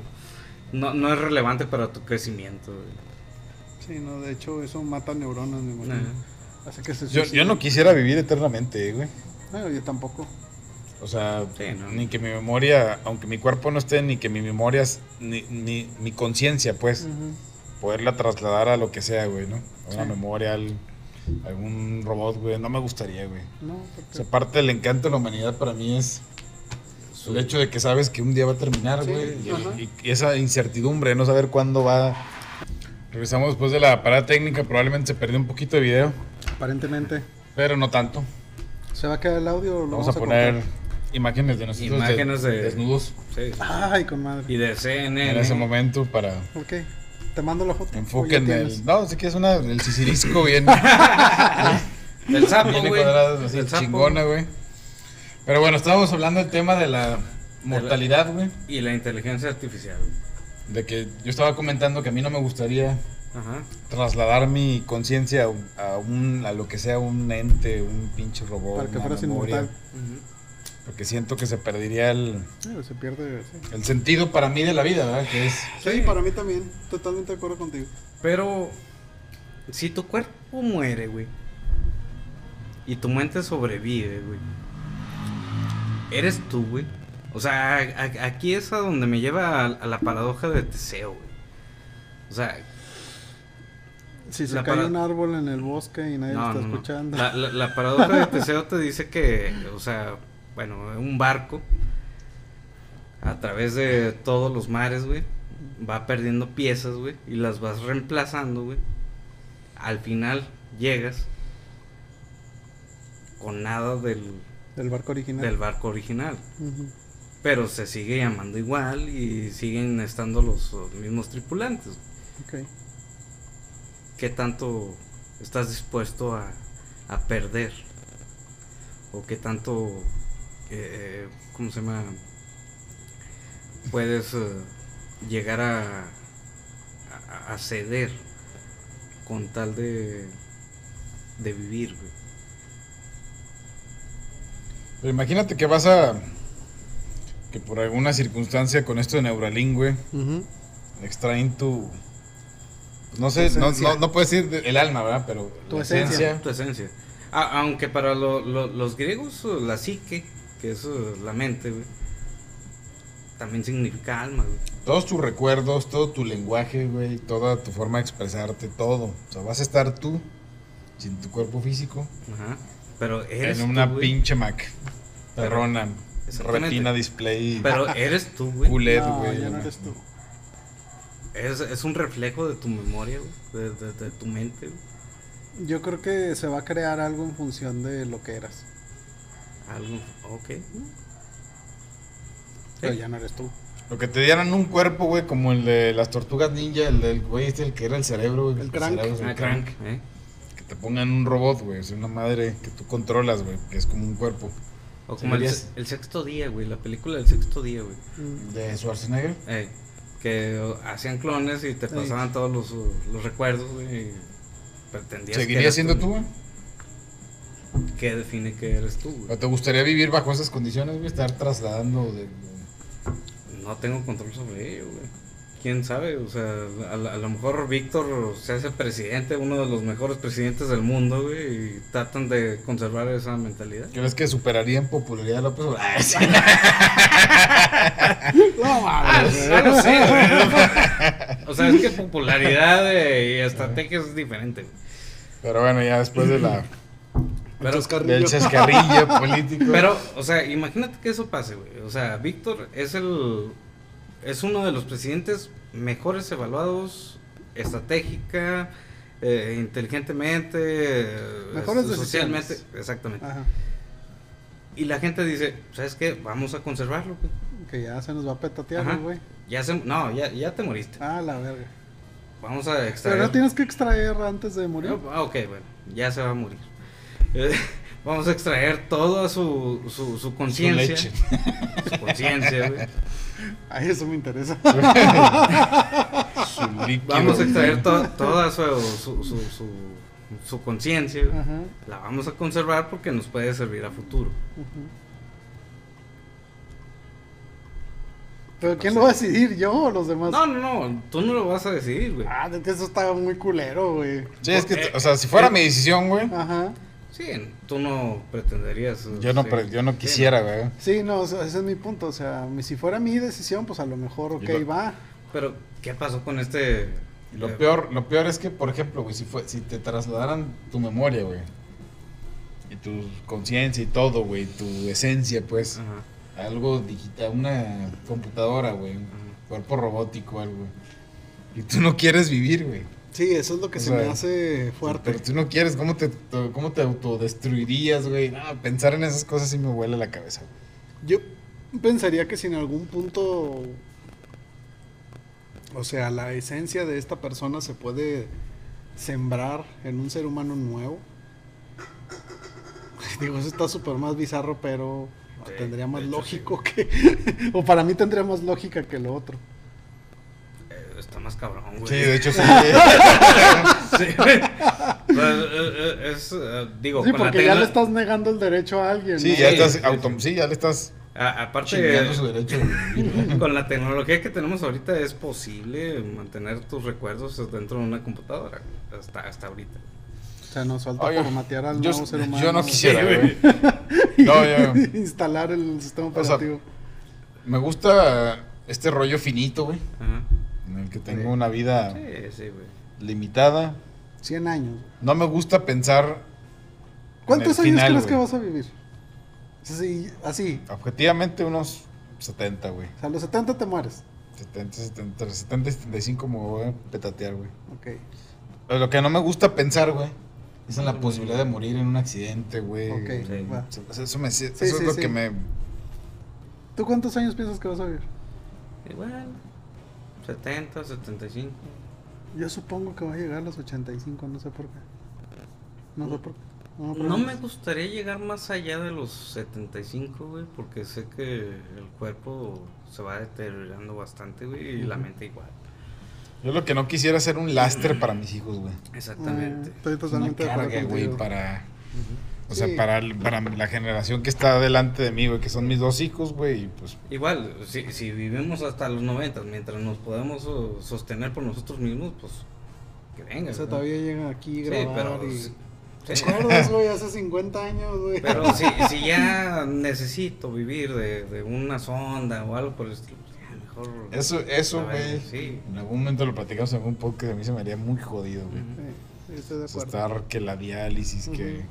Speaker 2: no, no es relevante para tu crecimiento, güey.
Speaker 3: Sí, no, de hecho eso mata neuronas, mi mono.
Speaker 2: Nah.
Speaker 3: Así que se
Speaker 1: Yo,
Speaker 3: suicida.
Speaker 1: yo no quisiera vivir eternamente, eh, güey.
Speaker 3: No, yo tampoco.
Speaker 1: O sea,
Speaker 2: Sí, no.
Speaker 1: ni que mi memoria, aunque mi cuerpo no esté, ni que mi memoria, s- ni, ni mi conciencia, pues,
Speaker 3: Ujú.
Speaker 1: poderla trasladar a lo que sea, güey, ¿no? A una
Speaker 3: Mm. Sí.
Speaker 1: memoria, al- algún robot, güey, no me gustaría, güey.
Speaker 3: No,
Speaker 1: O
Speaker 3: porque...
Speaker 1: sea, parte del encanto de la humanidad para mí es el hecho de que sabes que un día va a terminar,
Speaker 3: Sí,
Speaker 1: güey. y-
Speaker 3: ajá.
Speaker 1: y, y esa incertidumbre de no saber cuándo va. Regresamos después de la parada técnica, probablemente se perdió un poquito de video,
Speaker 3: Aparentemente.
Speaker 1: pero no tanto.
Speaker 3: ¿Se va a quedar el audio o lo
Speaker 1: Vamos,
Speaker 3: vamos,
Speaker 1: a poner
Speaker 3: cortar?
Speaker 1: imágenes de nosotros de-
Speaker 2: Imágenes de-
Speaker 1: desnudos
Speaker 2: Sí, sí.
Speaker 3: Ay, con madre.
Speaker 2: Y de CNN.
Speaker 1: en ese momento para
Speaker 3: Ok, te mando la foto.
Speaker 1: enfoque en
Speaker 3: Oye,
Speaker 1: el.
Speaker 3: tienes.
Speaker 1: No, sé que es una del sisirisco bien,
Speaker 2: Del sapo,
Speaker 1: bien
Speaker 2: güey.
Speaker 1: cuadrada, así,
Speaker 2: Del sapo.
Speaker 1: chingona, güey. Pero bueno, estábamos hablando del tema de la mortalidad, güey.
Speaker 2: Y la inteligencia artificial. güey.
Speaker 1: De que yo estaba comentando que a mí no me gustaría
Speaker 2: Ajá.
Speaker 1: trasladar mi conciencia a un- a, un- a lo que sea un ente, un pinche robot.
Speaker 3: Para que
Speaker 1: una
Speaker 3: fueras
Speaker 1: memoria,
Speaker 3: inmortal.
Speaker 2: Ujú.
Speaker 1: Porque siento que se perdería el,
Speaker 3: Sí, se pierde. Sí.
Speaker 1: el sentido para mí de la vida, ¿verdad? Que es.
Speaker 3: Sí, para mí también. Totalmente de acuerdo contigo.
Speaker 2: Pero si tu cuerpo muere, güey. Y tu mente sobrevive, güey. Eres tú, güey. O sea, a- a- aquí es a donde me lleva a, a la paradoja de Teseo, güey. O sea,
Speaker 3: Si se
Speaker 2: La
Speaker 3: cae
Speaker 2: para-
Speaker 3: un árbol en el bosque y nadie
Speaker 2: no,
Speaker 3: lo está
Speaker 2: no, no.
Speaker 3: escuchando.
Speaker 2: La, la- la paradoja de Teseo te dice que, o sea, bueno, un barco a través de todos los mares, güey, va perdiendo piezas, güey, y las vas reemplazando, güey. Al final llegas con nada del,
Speaker 3: Del barco original.
Speaker 2: del barco original.
Speaker 3: Ujú.
Speaker 2: Pero se sigue llamando igual y siguen estando los eh, mismos tripulantes.
Speaker 3: Ok.
Speaker 2: qué tanto estás dispuesto a, a perder o qué tanto eh, cómo se llama puedes eh, llegar a, a- a ceder con tal de de vivir güey.
Speaker 1: Pero imagínate que vas a. Que por alguna circunstancia con esto de Neuralink, güey,
Speaker 3: Ujú.
Speaker 1: extraen tu. pues No sé,
Speaker 3: Tu
Speaker 1: no,
Speaker 3: esencia.
Speaker 1: no, no puedes decir de- el alma, ¿verdad? Pero
Speaker 3: Tu
Speaker 1: la
Speaker 3: esencia.
Speaker 2: tu esencia A- aunque para lo- lo- los griegos eh, la psique que es eh, la mente güey, también significa alma güey.
Speaker 1: Todos tus recuerdos, todo tu lenguaje, güey, toda tu forma de expresarte, todo. O sea, vas a estar tú, sin tu cuerpo físico,
Speaker 2: Ajá. Pero eres
Speaker 1: en una
Speaker 2: tú, güey.
Speaker 1: pinche Mac.
Speaker 2: Pero-
Speaker 1: Perrona.
Speaker 2: Exactamente.
Speaker 1: Retina display.
Speaker 2: Pero eres tú, güey.
Speaker 1: QLED,
Speaker 3: No,
Speaker 1: güey.
Speaker 3: ya no
Speaker 1: una-
Speaker 3: eres tú.
Speaker 2: Es, es un reflejo de tu memoria, güey, de, de- de tu mente. güey.
Speaker 3: Yo creo que se va a crear algo en función de lo que eras.
Speaker 2: Algo. Ok.
Speaker 3: Pero ya no eres tú.
Speaker 1: Lo que te dieran un cuerpo, güey, como el de las tortugas ninja, el del güey este, el que era el cerebro, güey.
Speaker 3: El
Speaker 1: que
Speaker 3: crank.
Speaker 1: cerebro es el
Speaker 2: Ah, crank. ¿eh?
Speaker 1: Que te pongan un robot, güey. Es una madre que tú controlas, güey. Que es como un cuerpo.
Speaker 2: O como el,
Speaker 1: Serías-
Speaker 2: el sexto día, güey. La película del sexto día, güey.
Speaker 1: De Schwarzenegger.
Speaker 2: Ey, que o, hacían clones y te
Speaker 3: Ey.
Speaker 2: pasaban todos los, uh, los recuerdos, güey. y Pretendías. que
Speaker 1: ¿Seguirías
Speaker 2: eras
Speaker 1: siendo tú, güey?
Speaker 2: ¿Qué define que eres tú,
Speaker 1: ¿O
Speaker 2: güey?
Speaker 1: te gustaría vivir bajo esas condiciones, güey? Estar trasladando de.
Speaker 2: No tengo control sobre ello, güey. ¿Quién sabe? O sea, a, la- a lo mejor Víctor se hace presidente, uno de los mejores presidentes del mundo, güey, y tratan de conservar esa mentalidad.
Speaker 1: ¿Crees que superaría en popularidad a López Obrador? Ah, sí.
Speaker 3: No, mames,
Speaker 2: Ah, no sé, güey. O sea, es que popularidad eh, y estrategia es diferente. güey.
Speaker 1: Pero bueno, ya después de la,
Speaker 2: Pero,
Speaker 1: del chascarrillo político.
Speaker 2: pero, o sea, imagínate que eso pase, güey. O sea, Víctor es el es uno de los presidentes mejores evaluados estratégica, eh, inteligentemente, eh,
Speaker 3: Mejores
Speaker 2: socialmente,
Speaker 3: decisiones.
Speaker 2: exactamente.
Speaker 3: Ajá.
Speaker 2: Y la gente dice, ¿sabes qué? Vamos a conservarlo, güey.
Speaker 3: Que ya se nos va a petatear,
Speaker 2: Ajá.
Speaker 3: ¿no, güey.
Speaker 2: Ya se, no, ya, ya te moriste.
Speaker 3: Ah, la verga.
Speaker 2: Vamos a extraer.
Speaker 3: Pero no tienes que extraer antes de morir.
Speaker 2: Ah, ok, bueno, ya se va a morir. Eh, vamos a extraer toda su, su, su conciencia.
Speaker 1: leche.
Speaker 2: Su conciencia, güey.
Speaker 3: Ay, eso me interesa.
Speaker 1: Su líquido,
Speaker 2: Vamos a extraer
Speaker 1: güey.
Speaker 2: to- toda su, su, su, su, su conciencia. güey.
Speaker 3: Ajá.
Speaker 2: La vamos a conservar porque nos puede servir a futuro.
Speaker 3: Ujú. Pero ¿quién lo va a decidir? ¿Yo o los demás?
Speaker 2: Pues No, no, no, tú no lo vas a decidir, güey.
Speaker 3: Ah, es que eso está muy culero, güey.
Speaker 1: Sí, es que, o sea, si fuera mi decisión, güey,
Speaker 3: Ajá.
Speaker 2: Sí, tú no pretenderías. este,
Speaker 1: yo no,
Speaker 2: sí.
Speaker 1: pre- yo no
Speaker 2: Sí,
Speaker 1: quisiera, güey.
Speaker 3: Sí, no, o sea, ese es mi punto. O sea, mi- si fuera mi decisión, pues a lo mejor, ok,
Speaker 1: Y lo-
Speaker 3: va.
Speaker 2: Pero, ¿qué pasó con este?
Speaker 1: Y Lo
Speaker 2: eh,
Speaker 1: peor, lo peor es que, por ejemplo, güey, si, fue, si te trasladaran tu memoria, güey, y tu conciencia y todo, güey, tu esencia, pues,
Speaker 2: Ajá,
Speaker 1: algo digital, una computadora, güey, un
Speaker 2: ajá.
Speaker 1: cuerpo robótico, algo, y tú no quieres vivir, güey.
Speaker 3: Sí, eso es lo que
Speaker 1: O
Speaker 3: se
Speaker 1: sea,
Speaker 3: me hace
Speaker 1: Pero
Speaker 3: fuerte.
Speaker 1: tú no quieres, ¿cómo te, to- cómo te autodestruirías, güey? No, pensar en esas cosas sí me huele la cabeza, güey.
Speaker 3: Yo pensaría que si en algún punto, o sea, la esencia de esta persona se puede sembrar en un ser humano nuevo. Digo, eso está súper más bizarro, pero
Speaker 2: Sí,
Speaker 3: tendría más
Speaker 2: de hecho,
Speaker 3: lógico que... o para mí tendría más lógica que lo otro.
Speaker 2: Eh, Está más cabrón, güey.
Speaker 1: Sí, de hecho, sí.
Speaker 2: Sí. Pues, eh, eh, es, eh, digo,
Speaker 3: Sí,
Speaker 2: con la
Speaker 3: porque ya
Speaker 2: tecno-
Speaker 3: le estás negando el derecho a alguien.
Speaker 1: Sí,
Speaker 3: ¿no?
Speaker 1: ya
Speaker 2: Sí, sí,
Speaker 1: estás,
Speaker 2: sí.
Speaker 1: autom- sí, ya le estás
Speaker 2: a- aparte,
Speaker 1: chingando su derecho de vivir, güey.
Speaker 2: con la tecnología que tenemos ahorita es posible mantener tus recuerdos dentro de una computadora hasta, hasta ahorita.
Speaker 3: O sea, nos falta
Speaker 1: Oye,
Speaker 3: formatear al
Speaker 1: yo-
Speaker 3: nuevo ser
Speaker 1: yo
Speaker 3: humano.
Speaker 1: no quisiera,
Speaker 3: y-
Speaker 1: güey. No, yo-
Speaker 3: instalar el sistema
Speaker 1: O sea,
Speaker 3: operativo.
Speaker 1: Me gusta este rollo finito, güey.
Speaker 2: Ajá.
Speaker 1: En el que
Speaker 2: Sí.
Speaker 1: tengo una vida
Speaker 2: Sí, sí, güey.
Speaker 1: limitada.
Speaker 3: 100 años.
Speaker 1: No me gusta pensar
Speaker 3: ¿Cuántos
Speaker 1: el
Speaker 3: años
Speaker 1: final,
Speaker 3: crees
Speaker 1: güey.
Speaker 3: que vas a vivir? Así, así.
Speaker 1: objetivamente unos 70, güey.
Speaker 3: O sea, a los 70 te mueres.
Speaker 1: 70, 70, 70 y 75 me voy a petatear, güey.
Speaker 3: Ok.
Speaker 1: Pero lo que no me gusta pensar, güey, es en la posibilidad de morir en un accidente, güey.
Speaker 3: Ok,
Speaker 2: sí.
Speaker 3: va.
Speaker 1: Eso- Eso, me, eso es
Speaker 3: sí,
Speaker 1: lo
Speaker 3: sí.
Speaker 1: que me...
Speaker 3: ¿Tú cuántos años piensas que vas a vivir?
Speaker 2: Igual, 70, 75.
Speaker 3: Yo supongo que va a llegar a los 85, no sé por qué. No sé por qué. me
Speaker 2: No me
Speaker 3: preguntes.
Speaker 2: gustaría llegar más allá de los 75, güey, porque sé que el cuerpo se va deteriorando bastante, güey, y la
Speaker 3: Ujú.
Speaker 2: mente igual.
Speaker 1: Yo lo que no quisiera es ser un lastre para mis hijos, güey.
Speaker 2: Exactamente.
Speaker 3: Mm, Estoy
Speaker 1: Una
Speaker 3: totalmente de acuerdo
Speaker 1: carga, güey,
Speaker 3: contigo.
Speaker 1: para... O sea,
Speaker 3: Sí.
Speaker 1: para, para la generación que está delante de mí, güey, que son mis dos hijos, güey, y pues
Speaker 2: Igual, si, si vivimos hasta los 90, mientras nos podamos so- sostener por nosotros mismos, pues que venga.
Speaker 3: O sea,
Speaker 2: ¿no?
Speaker 3: todavía llegan aquí
Speaker 2: Sí,
Speaker 3: a grabar
Speaker 2: pero,
Speaker 3: y...
Speaker 2: sí,
Speaker 3: ¿Te
Speaker 2: sí,
Speaker 3: acuerdas, güey? Hace 50 años, güey.
Speaker 2: pero si, si ya necesito vivir de, de una sonda o algo por el estilo, pues, ya, mejor.
Speaker 1: Eso, eso,
Speaker 2: la verdad,
Speaker 1: güey.
Speaker 2: Sí.
Speaker 1: En algún momento lo platicamos en algún podcast. A mí se me haría muy jodido, güey.
Speaker 2: Ujú.
Speaker 3: Sí, estoy de
Speaker 1: O sea,
Speaker 3: acuerdo.
Speaker 1: estar que la diálisis, que
Speaker 3: Ujú.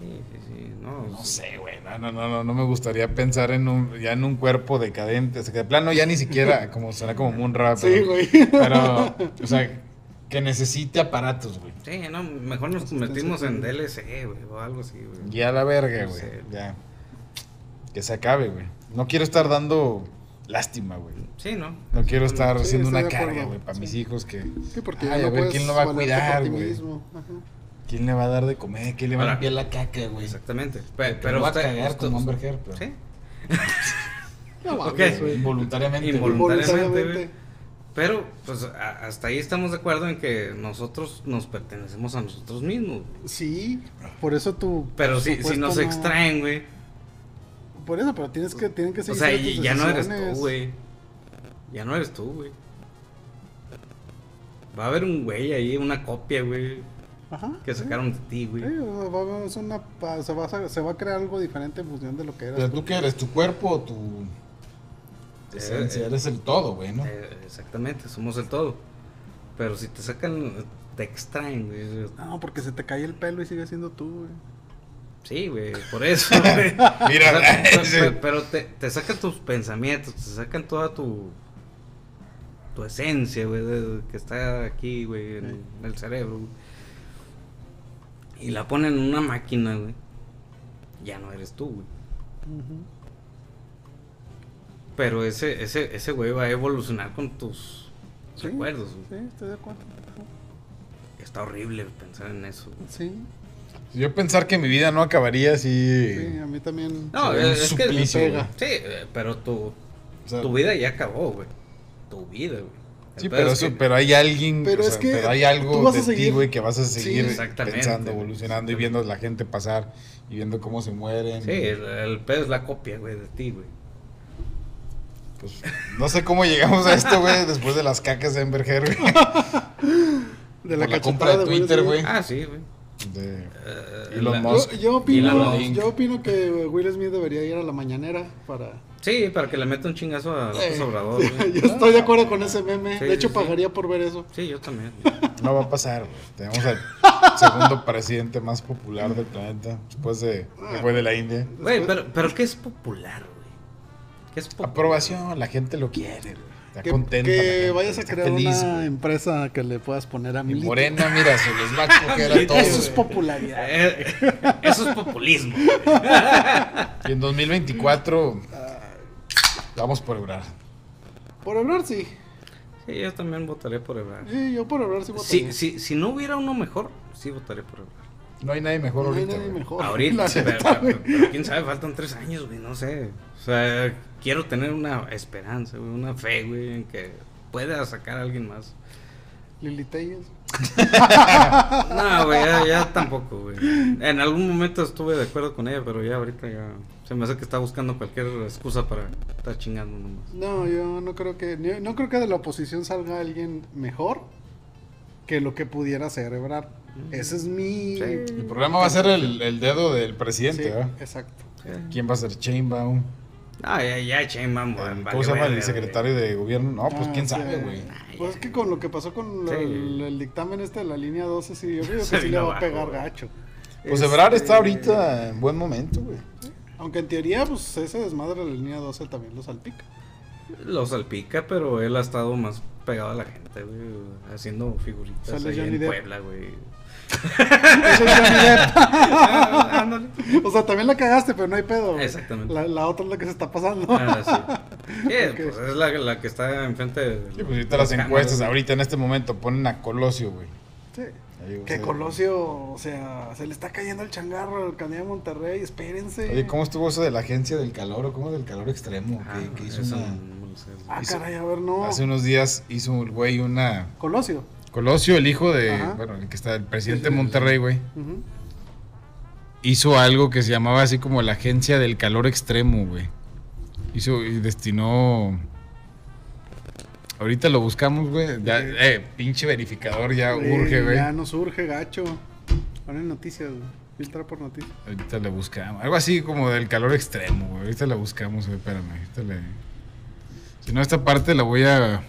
Speaker 2: Sí, sí, sí. No,
Speaker 1: No
Speaker 2: sí.
Speaker 1: sé, güey. No, no, no, no, no me gustaría pensar en un, ya en un cuerpo decadente. O sea, que de plano ya ni siquiera, como suena como un rap.
Speaker 3: Sí, güey.
Speaker 1: Pero, o sea, que necesite aparatos, güey.
Speaker 2: Sí, no, mejor nos convertimos en DLC, güey, o algo así, güey.
Speaker 1: Ya la verga,
Speaker 2: No
Speaker 1: güey.
Speaker 2: sé.
Speaker 1: Ya. Que se acabe, güey. No quiero estar dando lástima, güey.
Speaker 2: Sí, ¿no?
Speaker 1: No quiero estar
Speaker 3: Sí,
Speaker 1: siendo
Speaker 3: estoy
Speaker 1: una
Speaker 3: de acuerdo.
Speaker 1: carga, güey, para mis
Speaker 3: Sí.
Speaker 1: hijos que...
Speaker 3: Sí, porque ya
Speaker 1: Ay,
Speaker 3: no
Speaker 1: a ver,
Speaker 3: puedes
Speaker 1: ¿quién lo va a
Speaker 3: valerte
Speaker 1: cuidar,
Speaker 3: por ti
Speaker 1: güey?
Speaker 3: mismo. Ajá.
Speaker 1: ¿Quién le va a dar de comer? ¿Quién le va a
Speaker 2: Ahora-
Speaker 1: limpiar la caca, güey?
Speaker 2: Exactamente. Pe-
Speaker 1: Pero,
Speaker 2: Pero
Speaker 1: va a
Speaker 2: usted-
Speaker 1: cagar
Speaker 2: usted-
Speaker 1: como Amber Heard, pero-
Speaker 2: Sí,
Speaker 3: No mames,
Speaker 2: Ok.
Speaker 1: Sí,
Speaker 3: güey.
Speaker 1: Involuntariamente.
Speaker 2: Invol-
Speaker 1: güey.
Speaker 3: Voluntariamente.
Speaker 2: pero pues a- hasta ahí estamos de acuerdo en que nosotros nos pertenecemos a nosotros mismos. güey.
Speaker 3: Sí, por eso tu.
Speaker 2: Pero si,
Speaker 3: supuesto
Speaker 2: si nos
Speaker 3: no-
Speaker 2: extraen, güey.
Speaker 3: Por eso, pero tienes que, tienen que
Speaker 2: O
Speaker 3: seguir.
Speaker 2: sea,
Speaker 3: ciertas
Speaker 2: y ya no eres tú,
Speaker 3: decisiones.
Speaker 2: güey. Ya no eres tú, güey. Va a haber un güey ahí, una copia, güey,
Speaker 3: Ajá.
Speaker 2: que sacaron de ti,
Speaker 3: Sí,
Speaker 2: güey.
Speaker 3: o sea, va- es una, pa- se, va a, se va a crear algo diferente en función de lo que
Speaker 1: Pero
Speaker 3: eras.
Speaker 1: tú qué eres, tu cuerpo o tu esencia,
Speaker 2: eh.
Speaker 1: eres el todo, güey, ¿no?
Speaker 2: Eh, exactamente, somos el todo. Pero si te sacan, te extraen, güey.
Speaker 3: No, porque se te cae el pelo y sigue siendo tú, güey.
Speaker 2: Sí, güey, por eso, güey. O
Speaker 1: Mira,
Speaker 2: sea, pe-
Speaker 1: sí.
Speaker 2: pe- pero te, te sacan tus pensamientos, te sacan toda tu tu esencia, güey, de- que está aquí, güey, en, en el cerebro. güey. Y la ponen en una máquina, güey. Ya no eres tú, güey.
Speaker 3: Ujú.
Speaker 2: Pero ese ese ese güey va a evolucionar con tus
Speaker 3: Sí.
Speaker 2: recuerdos. güey.
Speaker 3: Sí, estoy de acuerdo.
Speaker 2: Está horrible pensar en eso. güey.
Speaker 3: Sí,
Speaker 1: Si Yo pensar que mi vida no acabaría así.
Speaker 3: sí, a mí también.
Speaker 2: No,
Speaker 1: sería un
Speaker 2: es, es que sí,
Speaker 1: suplicio,
Speaker 3: pega.
Speaker 1: güey.
Speaker 2: eh, pero tu
Speaker 1: O sea,
Speaker 2: tu vida ya acabó, güey. Tu vida, güey. El
Speaker 1: Sí,
Speaker 2: pedo
Speaker 1: pero,
Speaker 2: es
Speaker 1: eso-
Speaker 2: que-
Speaker 1: pero hay alguien,
Speaker 3: Pero
Speaker 1: o
Speaker 3: es
Speaker 1: sea,
Speaker 3: que
Speaker 1: pero hay algo
Speaker 3: tú vas a
Speaker 1: de ti,
Speaker 3: seguir-
Speaker 1: güey, que vas a seguir
Speaker 2: exactamente,
Speaker 1: pensando,
Speaker 2: güey.
Speaker 1: evolucionando y viendo a la gente pasar y viendo cómo se mueren.
Speaker 2: Sí, el, el pedo es la copia, güey, de ti, güey.
Speaker 1: Pues, no sé cómo llegamos a esto, güey, después de las cacas de Amber Heard, güey.
Speaker 3: De la,
Speaker 1: Por la compra de
Speaker 3: cachetada,
Speaker 1: Twitter,
Speaker 3: sí.
Speaker 1: güey.
Speaker 2: Ah, sí, güey.
Speaker 1: De-
Speaker 2: Eh,
Speaker 1: Elon
Speaker 2: la-
Speaker 1: Musk.
Speaker 3: Yo, yo
Speaker 2: Elon
Speaker 3: opino,
Speaker 1: Musk.
Speaker 3: yo opino que Will Smith debería ir a la mañanera para.
Speaker 2: Sí, para que le meta un chingazo a López
Speaker 3: Eh,
Speaker 2: Obrador, güey.
Speaker 3: Yo estoy de acuerdo con ese meme.
Speaker 2: Sí,
Speaker 3: de hecho,
Speaker 2: sí, sí.
Speaker 3: pagaría por ver eso.
Speaker 2: Sí, yo también.
Speaker 1: No va a pasar, güey. Tenemos al segundo presidente más popular del planeta, después de, después de la India.
Speaker 2: Güey, pero, pero ¿qué es popular, güey? ¿Qué es popular?
Speaker 1: Aprobación, la gente lo quiere, güey. Está
Speaker 3: Que,
Speaker 1: contenta.
Speaker 3: que
Speaker 1: la gente,
Speaker 3: vayas a
Speaker 1: está
Speaker 3: crear
Speaker 1: feliz,
Speaker 3: una
Speaker 1: güey.
Speaker 3: empresa que le puedas poner a
Speaker 1: Y
Speaker 3: Milito.
Speaker 1: Morena, mira, se les va a coger a
Speaker 2: Milito,
Speaker 1: todos.
Speaker 3: Eso
Speaker 1: güey.
Speaker 3: es popularidad.
Speaker 2: Eh, eso es populismo.
Speaker 1: Y en 2024 vamos por obrar.
Speaker 3: Por hablar, sí.
Speaker 2: Sí, yo también votaré por Ebrard.
Speaker 3: Sí, yo por hablar sí votaría.
Speaker 2: Si, si, si no hubiera uno mejor, sí votaré por Ebrard.
Speaker 1: No hay nadie mejor
Speaker 3: No hay
Speaker 1: ahorita.
Speaker 3: nadie
Speaker 1: güey.
Speaker 3: mejor.
Speaker 2: Ahorita,
Speaker 3: La
Speaker 2: sí, pero,
Speaker 3: neta,
Speaker 2: pero-
Speaker 3: güey.
Speaker 2: pero quién sabe, faltan tres años, güey, no sé. O sea, quiero tener una esperanza, güey, una fe, güey, en que pueda sacar a alguien más.
Speaker 3: Lili Telles.
Speaker 2: No, güey, ya, ya tampoco, güey. En algún momento estuve de acuerdo con ella, pero ya ahorita ya se me hace que está buscando cualquier excusa para estar chingando nomás.
Speaker 3: No, yo no creo que no, no creo que de la oposición salga alguien mejor que lo que pudiera ser Ebrard.
Speaker 1: Mm.
Speaker 3: Ese es mi
Speaker 2: Sí.
Speaker 1: El programa va a ser el, el dedo del presidente,
Speaker 3: Sí,
Speaker 1: ¿verdad?
Speaker 3: exacto.
Speaker 2: Sí.
Speaker 1: ¿Quién va a ser Chainbaum?
Speaker 2: Ah, ya, ya, Chain Mambo.
Speaker 1: El- ¿Cómo se llama el secretario de gobierno? No, pues
Speaker 3: Ah,
Speaker 1: quién
Speaker 3: sí.
Speaker 1: sabe, güey.
Speaker 3: Pues es que con lo que pasó con la-
Speaker 2: Sí.
Speaker 3: el, el dictamen este de la línea 12 sí yo creo que
Speaker 2: Se
Speaker 3: sí le
Speaker 2: vino
Speaker 3: va a
Speaker 2: abajo,
Speaker 3: pegar
Speaker 2: güey.
Speaker 3: gacho.
Speaker 1: Pues
Speaker 3: Este,
Speaker 1: Ebrard está ahorita en buen momento, güey.
Speaker 3: Aunque en teoría pues ese desmadre de la línea 12 también lo salpica.
Speaker 2: Lo salpica, pero él ha estado más pegado a la gente, güey, haciendo figuritas
Speaker 3: Sale
Speaker 2: ahí
Speaker 3: Johnny
Speaker 2: en
Speaker 3: Depp.
Speaker 2: Puebla, güey.
Speaker 3: Ese es Johnny Depp.
Speaker 2: Ah, ándale.
Speaker 3: o sea, también la cagaste, pero no hay pedo. güey.
Speaker 2: Exactamente.
Speaker 3: La, la otra es la que se está pasando.
Speaker 2: Ah, sí. Sí,
Speaker 3: Ok.
Speaker 2: pues es la, la que está enfrente de.
Speaker 1: Sí, pues ahorita las
Speaker 2: cámaras.
Speaker 1: encuestas, ahorita en este momento ponen a Colosio, güey.
Speaker 3: Sí.
Speaker 1: Ahí, o
Speaker 3: Que
Speaker 1: sea,
Speaker 3: Colosio, o sea, se le está cayendo el changarro al candidato de Monterrey, espérense.
Speaker 1: Oye, ¿cómo estuvo eso de la agencia del calor o cómo del calor extremo?
Speaker 2: Ah,
Speaker 1: que, que hizo
Speaker 2: eso
Speaker 1: una-
Speaker 2: no lo sé, güey.
Speaker 3: Ah,
Speaker 1: hizo-
Speaker 3: caray, a ver, no.
Speaker 1: Hace unos días hizo el güey una
Speaker 3: Colosio.
Speaker 1: Colosio, el hijo de,
Speaker 3: Ajá.
Speaker 1: bueno, el que está, el presidente de Monterrey, güey,
Speaker 3: Ujú.
Speaker 1: hizo algo que se llamaba así como la agencia del calor extremo, güey. Hizo y destinó. Ahorita lo buscamos, güey. Ya, eh, pinche verificador ya
Speaker 3: Güey,
Speaker 1: urge, güey.
Speaker 3: Ya nos urge, gacho. Ahora en noticias, güey. Filtra por noticias.
Speaker 1: Ahorita le buscamos. Algo así como del calor extremo, güey. Ahorita la buscamos, güey. Espérame, ahorita le. Si no, esta parte la voy a.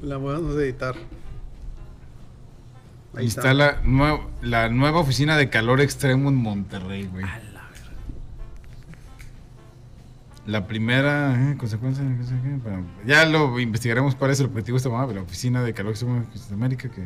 Speaker 3: La vamos a editar.
Speaker 1: Ahí está la, nueva, la nueva oficina de calor extremo en Monterrey, güey.
Speaker 2: A la verga.
Speaker 1: La primera eh, consecuencia, no sé qué, pero ya lo investigaremos cuál es el objetivo de esta mamá, pero la oficina de calor extremo de América, que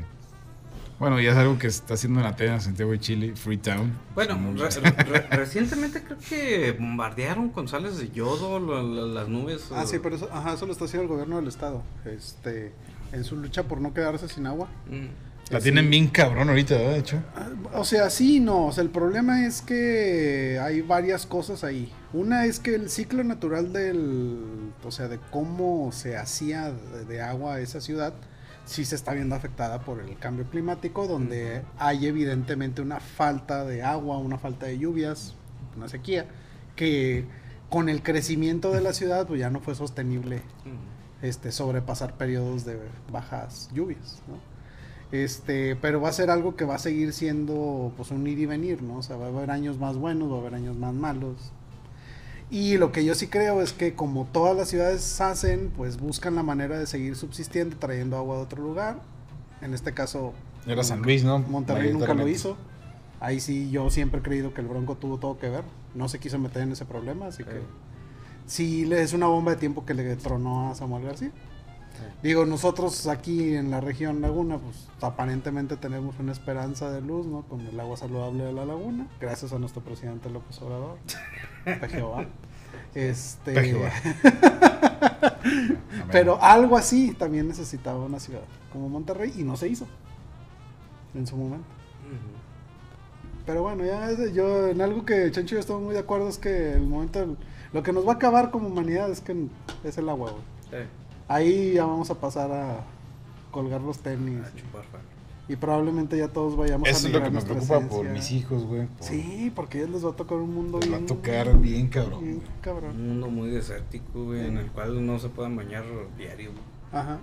Speaker 1: bueno, ya es algo que está haciendo en Atenas, Santiago de Chile, Freetown.
Speaker 2: Bueno,
Speaker 1: Somos-
Speaker 2: re- re- re- recientemente creo que bombardearon con sales de yodo la- la- las nubes.
Speaker 3: Ah,
Speaker 2: eh,
Speaker 3: sí, pero eso, ajá, eso lo está haciendo el gobierno del estado. Este, en su lucha por no quedarse sin agua.
Speaker 2: mm.
Speaker 1: la tienen bien cabrón ahorita, ¿verdad? De hecho.
Speaker 3: Ah, O sea, sí, y no. O sea, el problema es que hay varias cosas ahí. Una es que el ciclo natural del, o sea, de cómo se hacía de, de agua esa ciudad, sí se está viendo afectada por el cambio climático, donde hay evidentemente una falta de agua, una falta de lluvias, una sequía, que con el crecimiento de la ciudad pues ya no fue sostenible
Speaker 2: mm,
Speaker 3: este, sobrepasar periodos de bajas lluvias, ¿no? Este, pero va a ser algo que va a seguir siendo pues un ir y venir, ¿no? O sea, va a haber años más buenos, va a haber años más malos. Y lo que yo sí creo es que como todas las ciudades hacen, pues buscan la manera de seguir subsistiendo trayendo agua de otro lugar. En este caso,
Speaker 1: Era San Luis, ¿no?
Speaker 3: Monterrey nunca lo
Speaker 1: Mayoritariamente.
Speaker 3: hizo. Ahí sí yo siempre he creído que el Bronco tuvo todo que ver. No se quiso meter en ese problema, así que
Speaker 2: Eh.
Speaker 3: sí le es una bomba de tiempo que le tronó a Samuel García. Digo, nosotros aquí en la región Laguna, pues aparentemente tenemos una esperanza de luz, ¿no? Con el agua saludable de la laguna, gracias a nuestro presidente López Obrador, de Jehová. Este,
Speaker 1: Pe Jehová. Amén.
Speaker 3: pero algo así también necesitaba una ciudad como Monterrey y no se hizo en su momento.
Speaker 2: Mm, Ujú.
Speaker 3: Pero bueno, ya es de- yo en algo que Chancho y yo estamos muy de acuerdo es que el momento, lo que nos va a acabar como humanidad es que n- es el agua, güey.
Speaker 2: Eh,
Speaker 3: Ahí ya vamos a pasar a colgar los tenis
Speaker 2: a Ah, chupar, fa.
Speaker 3: y probablemente ya todos vayamos
Speaker 1: Eso es lo
Speaker 3: negar
Speaker 1: que me
Speaker 3: nuestra
Speaker 1: preocupa por
Speaker 3: esencia.
Speaker 1: mis hijos, güey. por-
Speaker 3: Sí, porque a ellos les va a tocar un mundo
Speaker 1: les va
Speaker 3: bien.
Speaker 1: a tocar bien cabrón.
Speaker 3: bien
Speaker 1: güey.
Speaker 3: cabrón.
Speaker 2: Un mundo muy desértico, güey, en el cual no se pueden bañar diario. güey.
Speaker 3: Ajá.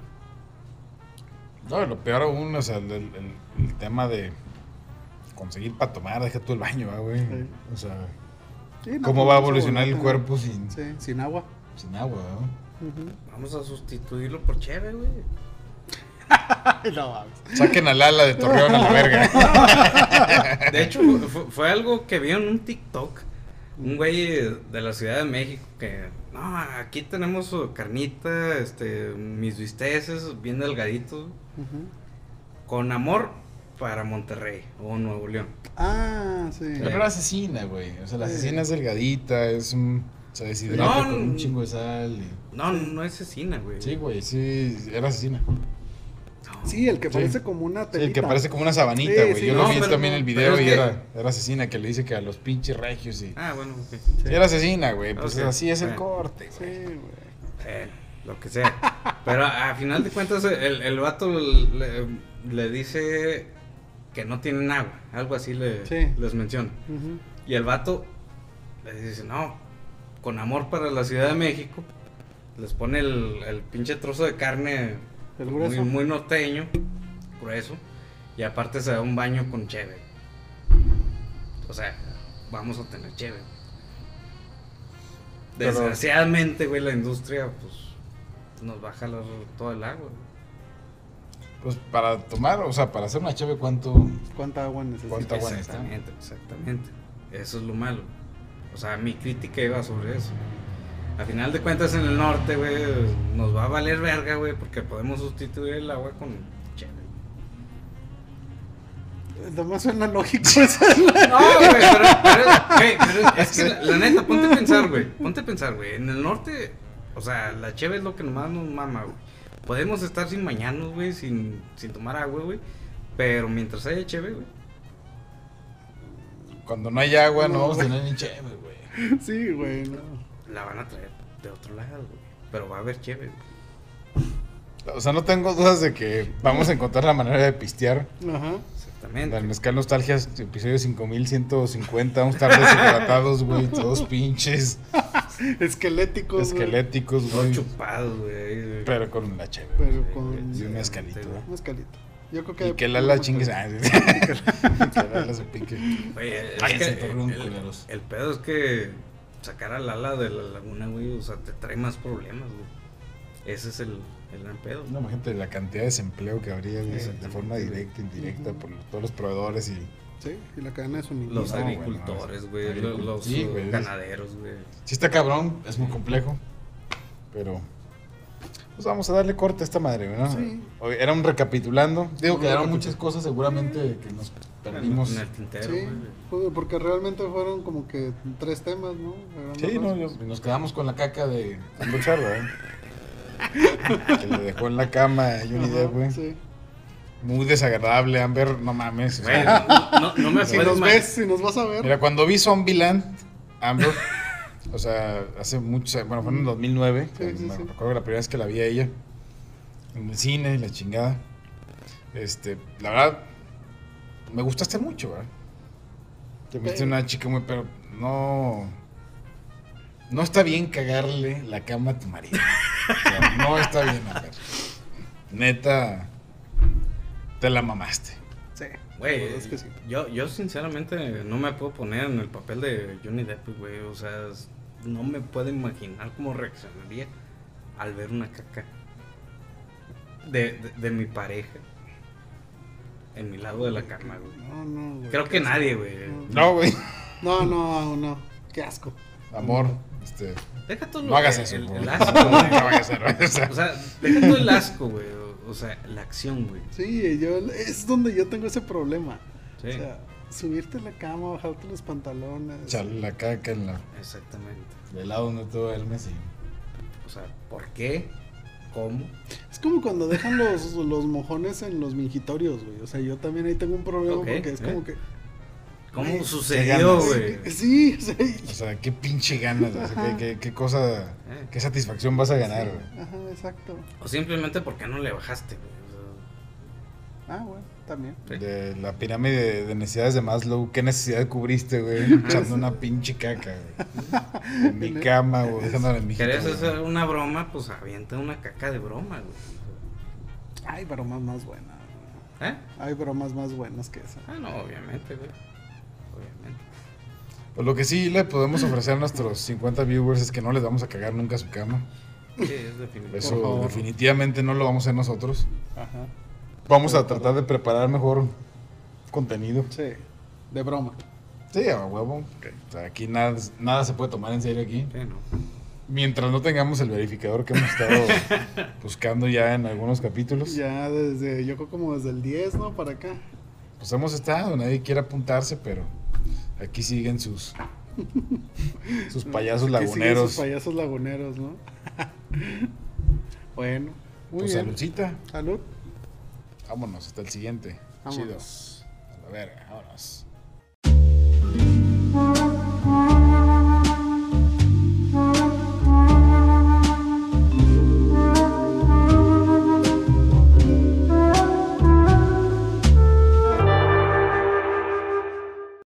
Speaker 1: No, lo peor aún, o sea, el, el- el- el tema de conseguir para tomar, deja tú el baño, ¿va, güey.
Speaker 3: Sí.
Speaker 1: O sea,
Speaker 3: Sí, no,
Speaker 1: ¿cómo
Speaker 3: pues,
Speaker 1: va a
Speaker 3: vamos
Speaker 1: evolucionar el
Speaker 3: volver a
Speaker 1: cuerpo sin,
Speaker 3: tener- Sí, sin agua.
Speaker 1: sin agua, ¿va?
Speaker 3: Ujú.
Speaker 2: Vamos a sustituirlo por chévere, güey.
Speaker 3: no mames.
Speaker 1: Saquen a Lala de Torreón a la verga.
Speaker 2: De hecho, fu- fue, algo que vi en un TikTok. Un güey eh, de la Ciudad de México que, no, aquí tenemos eh, carnita, este, mis bisteces bien delgaditos,
Speaker 3: Ujú.
Speaker 2: con amor para Monterrey o Nuevo León.
Speaker 3: Ah, sí.
Speaker 1: Pero era asesina, güey. O sea, la
Speaker 3: Sí.
Speaker 1: asesina es delgadita, es un. Se deshidrata
Speaker 2: No,
Speaker 1: con
Speaker 2: no.
Speaker 1: un chingo de sal. y-
Speaker 2: No, no es asesina, güey.
Speaker 1: Sí, güey, sí, era asesina.
Speaker 2: No.
Speaker 3: Sí, el que
Speaker 1: Sí.
Speaker 3: parece como una
Speaker 1: Sí,
Speaker 3: telita.
Speaker 1: el que parece como una sabanita,
Speaker 3: Sí,
Speaker 1: güey.
Speaker 3: sí,
Speaker 1: Yo
Speaker 2: no,
Speaker 1: lo vi
Speaker 2: pero-
Speaker 1: también en el video
Speaker 2: pero es
Speaker 1: y
Speaker 2: que-
Speaker 1: era, era asesina que le dice que a los pinches regios y.
Speaker 2: Ah, bueno, ok.
Speaker 1: Era asesina, güey. Pues
Speaker 2: Ok.
Speaker 1: así es el
Speaker 2: Ah.
Speaker 1: corte,
Speaker 3: Sí,
Speaker 1: güey.
Speaker 3: güey.
Speaker 2: Eh, lo que sea. Pero a, a final de cuentas, el, el vato le, le dice que no tienen agua. Algo así le,
Speaker 3: Sí.
Speaker 2: les menciona.
Speaker 3: Ujú.
Speaker 2: Y el vato les dice, no, con amor para la Ciudad de México, les pone el, el pinche trozo de carne
Speaker 3: El
Speaker 2: muy,
Speaker 3: grueso.
Speaker 2: muy norteño, grueso, y aparte se da un baño con cheve. O sea, vamos a tener cheve.
Speaker 1: Pero-
Speaker 2: Desgraciadamente, güey, la industria, pues, nos va a jalar todo el agua.
Speaker 1: Pues para tomar, o sea, para hacer una chave, ¿cuánto?
Speaker 3: ¿Cuánta agua necesitas?
Speaker 1: ¿Cuánta agua necesitas?
Speaker 2: Exactamente, exactamente. Eso es lo malo. O sea, mi crítica iba sobre eso. A final de cuentas, en el norte, güey, nos va a valer verga, güey, porque podemos sustituir el agua con cheve.
Speaker 3: Nomás suena lógico esa.
Speaker 2: No, güey, pero, pero- güey, pero es que la, la neta, ponte a pensar, güey. Ponte a pensar, güey. En el norte, o sea, la cheve es lo que nomás nos mama, güey. Podemos estar sin bañarnos, güey, sin, sin tomar agua, güey. Pero mientras haya cheve, güey.
Speaker 1: Cuando no hay agua, no,
Speaker 3: No,
Speaker 1: vamos a
Speaker 3: güey.
Speaker 1: tener ni cheve, güey.
Speaker 3: Sí, güey. no.
Speaker 2: La van a traer de otro lado, güey. Pero va a haber chévere.
Speaker 1: O sea, no tengo dudas de que vamos a encontrar la manera de pistear.
Speaker 3: Ajá.
Speaker 2: Exactamente.
Speaker 1: Al Mezcal Nostalgias, episodio 5150, vamos a estar deshidratados, güey. Todos pinches
Speaker 3: Esquelético. güey.
Speaker 1: esqueléticos,
Speaker 2: Todo
Speaker 1: pues, güey.
Speaker 2: chupado, güey. Eh,
Speaker 1: Pero con la cheve. güey.
Speaker 3: Pero con.
Speaker 1: Y un mezcalito, güey.
Speaker 3: Mezcalito. Yo creo que.
Speaker 1: Y que Lala chingue. Ah, sí. que Lala se pique.
Speaker 2: Oye, es
Speaker 1: Váyanse,
Speaker 2: que
Speaker 1: torreón,
Speaker 2: el,
Speaker 1: culeros.
Speaker 2: el pedo es que sacar al ala de la laguna, güey, o sea, te trae más problemas, güey. Ese es el, el gran pedo.
Speaker 1: No, imagínate la cantidad de desempleo que habría güey,
Speaker 2: Sí,
Speaker 1: de
Speaker 2: sí,
Speaker 1: forma
Speaker 2: sí.
Speaker 1: directa, indirecta,
Speaker 3: Ujú.
Speaker 1: por todos los proveedores y.
Speaker 3: Sí, y la cadena de suministro.
Speaker 2: Los
Speaker 1: No, bueno,
Speaker 2: agricultores, güey,
Speaker 1: agricu-
Speaker 2: lo- los
Speaker 1: sí,
Speaker 2: eh,
Speaker 1: güey, es-
Speaker 2: ganaderos, güey.
Speaker 1: Sí está cabrón, es muy complejo, pero pues vamos a darle corte a esta madre, ¿verdad?
Speaker 3: Sí.
Speaker 1: Hoy Era un recapitulando, digo
Speaker 2: Un
Speaker 1: que eran
Speaker 2: recapitul-
Speaker 1: muchas cosas seguramente que nos
Speaker 2: En
Speaker 1: perdimos.
Speaker 2: el tintero,
Speaker 3: Sí,
Speaker 2: güey.
Speaker 3: joder, porque realmente fueron como que tres temas, ¿no? Eran
Speaker 1: Sí, no,
Speaker 3: nomás-
Speaker 1: yo- nos quedamos con la caca de Sandro Charro, ¿eh? que le dejó en la cama a Johnny
Speaker 3: Ajá,
Speaker 1: Depp, güey.
Speaker 3: Sí.
Speaker 1: Muy desagradable, Amber, no mames. o sea,
Speaker 2: Güey, no, no- no me
Speaker 1: Pues
Speaker 3: Si
Speaker 2: acuerdo
Speaker 3: nos
Speaker 2: más.
Speaker 3: ves, si nos vas a ver.
Speaker 1: Mira, cuando vi Zombieland, Amber, o sea, hace mucho, bueno, fue en el 2009,
Speaker 3: Mm. Sí, sí,
Speaker 1: me
Speaker 3: sí.
Speaker 1: recuerdo la primera vez que la vi a ella, en el cine y la chingada. Este, la verdad, me gustaste mucho, ¿verdad? Te viste
Speaker 3: Sí.
Speaker 1: una chica muy, pero no... No está bien cagarle la cama a tu marido. O sea, no está bien, Amber. Neta, te la mamaste.
Speaker 3: Sí.
Speaker 2: Güey,
Speaker 3: La verdad es que sí.
Speaker 2: yo, yo sinceramente no me puedo poner en el papel de Johnny Depp, güey. O sea, es- no me puedo imaginar cómo reaccionaría al ver una caca de, de, de mi pareja en mi lado de la cama, güey.
Speaker 3: No, no, güey,
Speaker 2: Creo
Speaker 3: qué
Speaker 2: que
Speaker 3: asco.
Speaker 2: nadie, güey.
Speaker 1: No, güey.
Speaker 3: No, no, no. Qué asco.
Speaker 1: Amor, este...
Speaker 2: Deja todo
Speaker 1: No
Speaker 2: lo-
Speaker 1: hagas
Speaker 2: el-
Speaker 1: eso,
Speaker 2: Pues, el,
Speaker 1: por
Speaker 2: el
Speaker 1: favor.
Speaker 2: asco, güey.
Speaker 1: No hagas eso, o sea.
Speaker 2: O sea, deja todo el asco, güey. O, o sea, la acción, güey.
Speaker 3: Sí, yo, es donde yo tengo ese problema.
Speaker 2: Sí,
Speaker 3: O sea, subirte a la cama, bajarte los pantalones.
Speaker 1: Echarle la caca en la,
Speaker 2: exactamente.
Speaker 1: del lado donde tú duermes y...
Speaker 2: O sea, ¿por qué? ¿Cómo?
Speaker 3: Es como cuando dejan los, los mojones en los mingitorios, güey. O sea, yo también ahí tengo un problema
Speaker 2: Ok,
Speaker 3: porque es
Speaker 2: eh.
Speaker 3: como que.
Speaker 2: ¿Cómo
Speaker 3: Güey,
Speaker 2: sucedió,
Speaker 1: qué ganas.
Speaker 2: güey?
Speaker 3: Sí, sí.
Speaker 1: O sea, qué pinche ganas, o sea, qué, qué- qué cosa,
Speaker 2: Eh.
Speaker 1: qué satisfacción vas a ganar, güey.
Speaker 3: Ajá, exacto.
Speaker 2: O simplemente porque no le bajaste, güey. O sea,
Speaker 3: Ah, bueno, también.
Speaker 2: Sí.
Speaker 1: De la pirámide de, de necesidades de Maslow, ¿qué necesidad cubriste, güey? Echando una pinche caca, güey. En mi cama, güey, dejándola en mi
Speaker 2: ¿Querés
Speaker 1: jeta,
Speaker 2: hacer
Speaker 1: güey.
Speaker 2: una broma? Pues avienta una caca de broma, güey.
Speaker 3: Hay bromas más buenas.
Speaker 2: ¿Eh?
Speaker 3: Hay bromas más buenas que esa.
Speaker 2: Ah, no, obviamente, güey. Obviamente.
Speaker 1: Pues lo que sí le podemos ofrecer a nuestros 50 viewers es que no les vamos a cagar nunca su cama.
Speaker 2: Sí, es definitivo.
Speaker 1: Eso
Speaker 3: favor.
Speaker 1: definitivamente no lo vamos a hacer nosotros.
Speaker 3: Ajá.
Speaker 1: Vamos a tratar de preparar mejor contenido.
Speaker 3: Sí, de broma.
Speaker 1: Sí, a huevo. O sea, aquí nada, nada se puede tomar en serio aquí.
Speaker 2: Sí, no.
Speaker 1: Mientras no tengamos el verificador que hemos estado buscando ya en algunos capítulos,
Speaker 3: Ya desde, yo creo como desde el 10, ¿no? Para acá.
Speaker 1: pues hemos estado, nadie quiere apuntarse, pero aquí siguen sus sus payasos
Speaker 3: Que siguen
Speaker 1: laguneros.
Speaker 3: sus payasos laguneros, ¿no? bueno. Muy
Speaker 1: Pues
Speaker 3: bien.
Speaker 1: saludcita,
Speaker 3: Salud.
Speaker 1: vámonos, hasta el siguiente.
Speaker 3: Vámonos.
Speaker 1: Chido. A la verga, vámonos.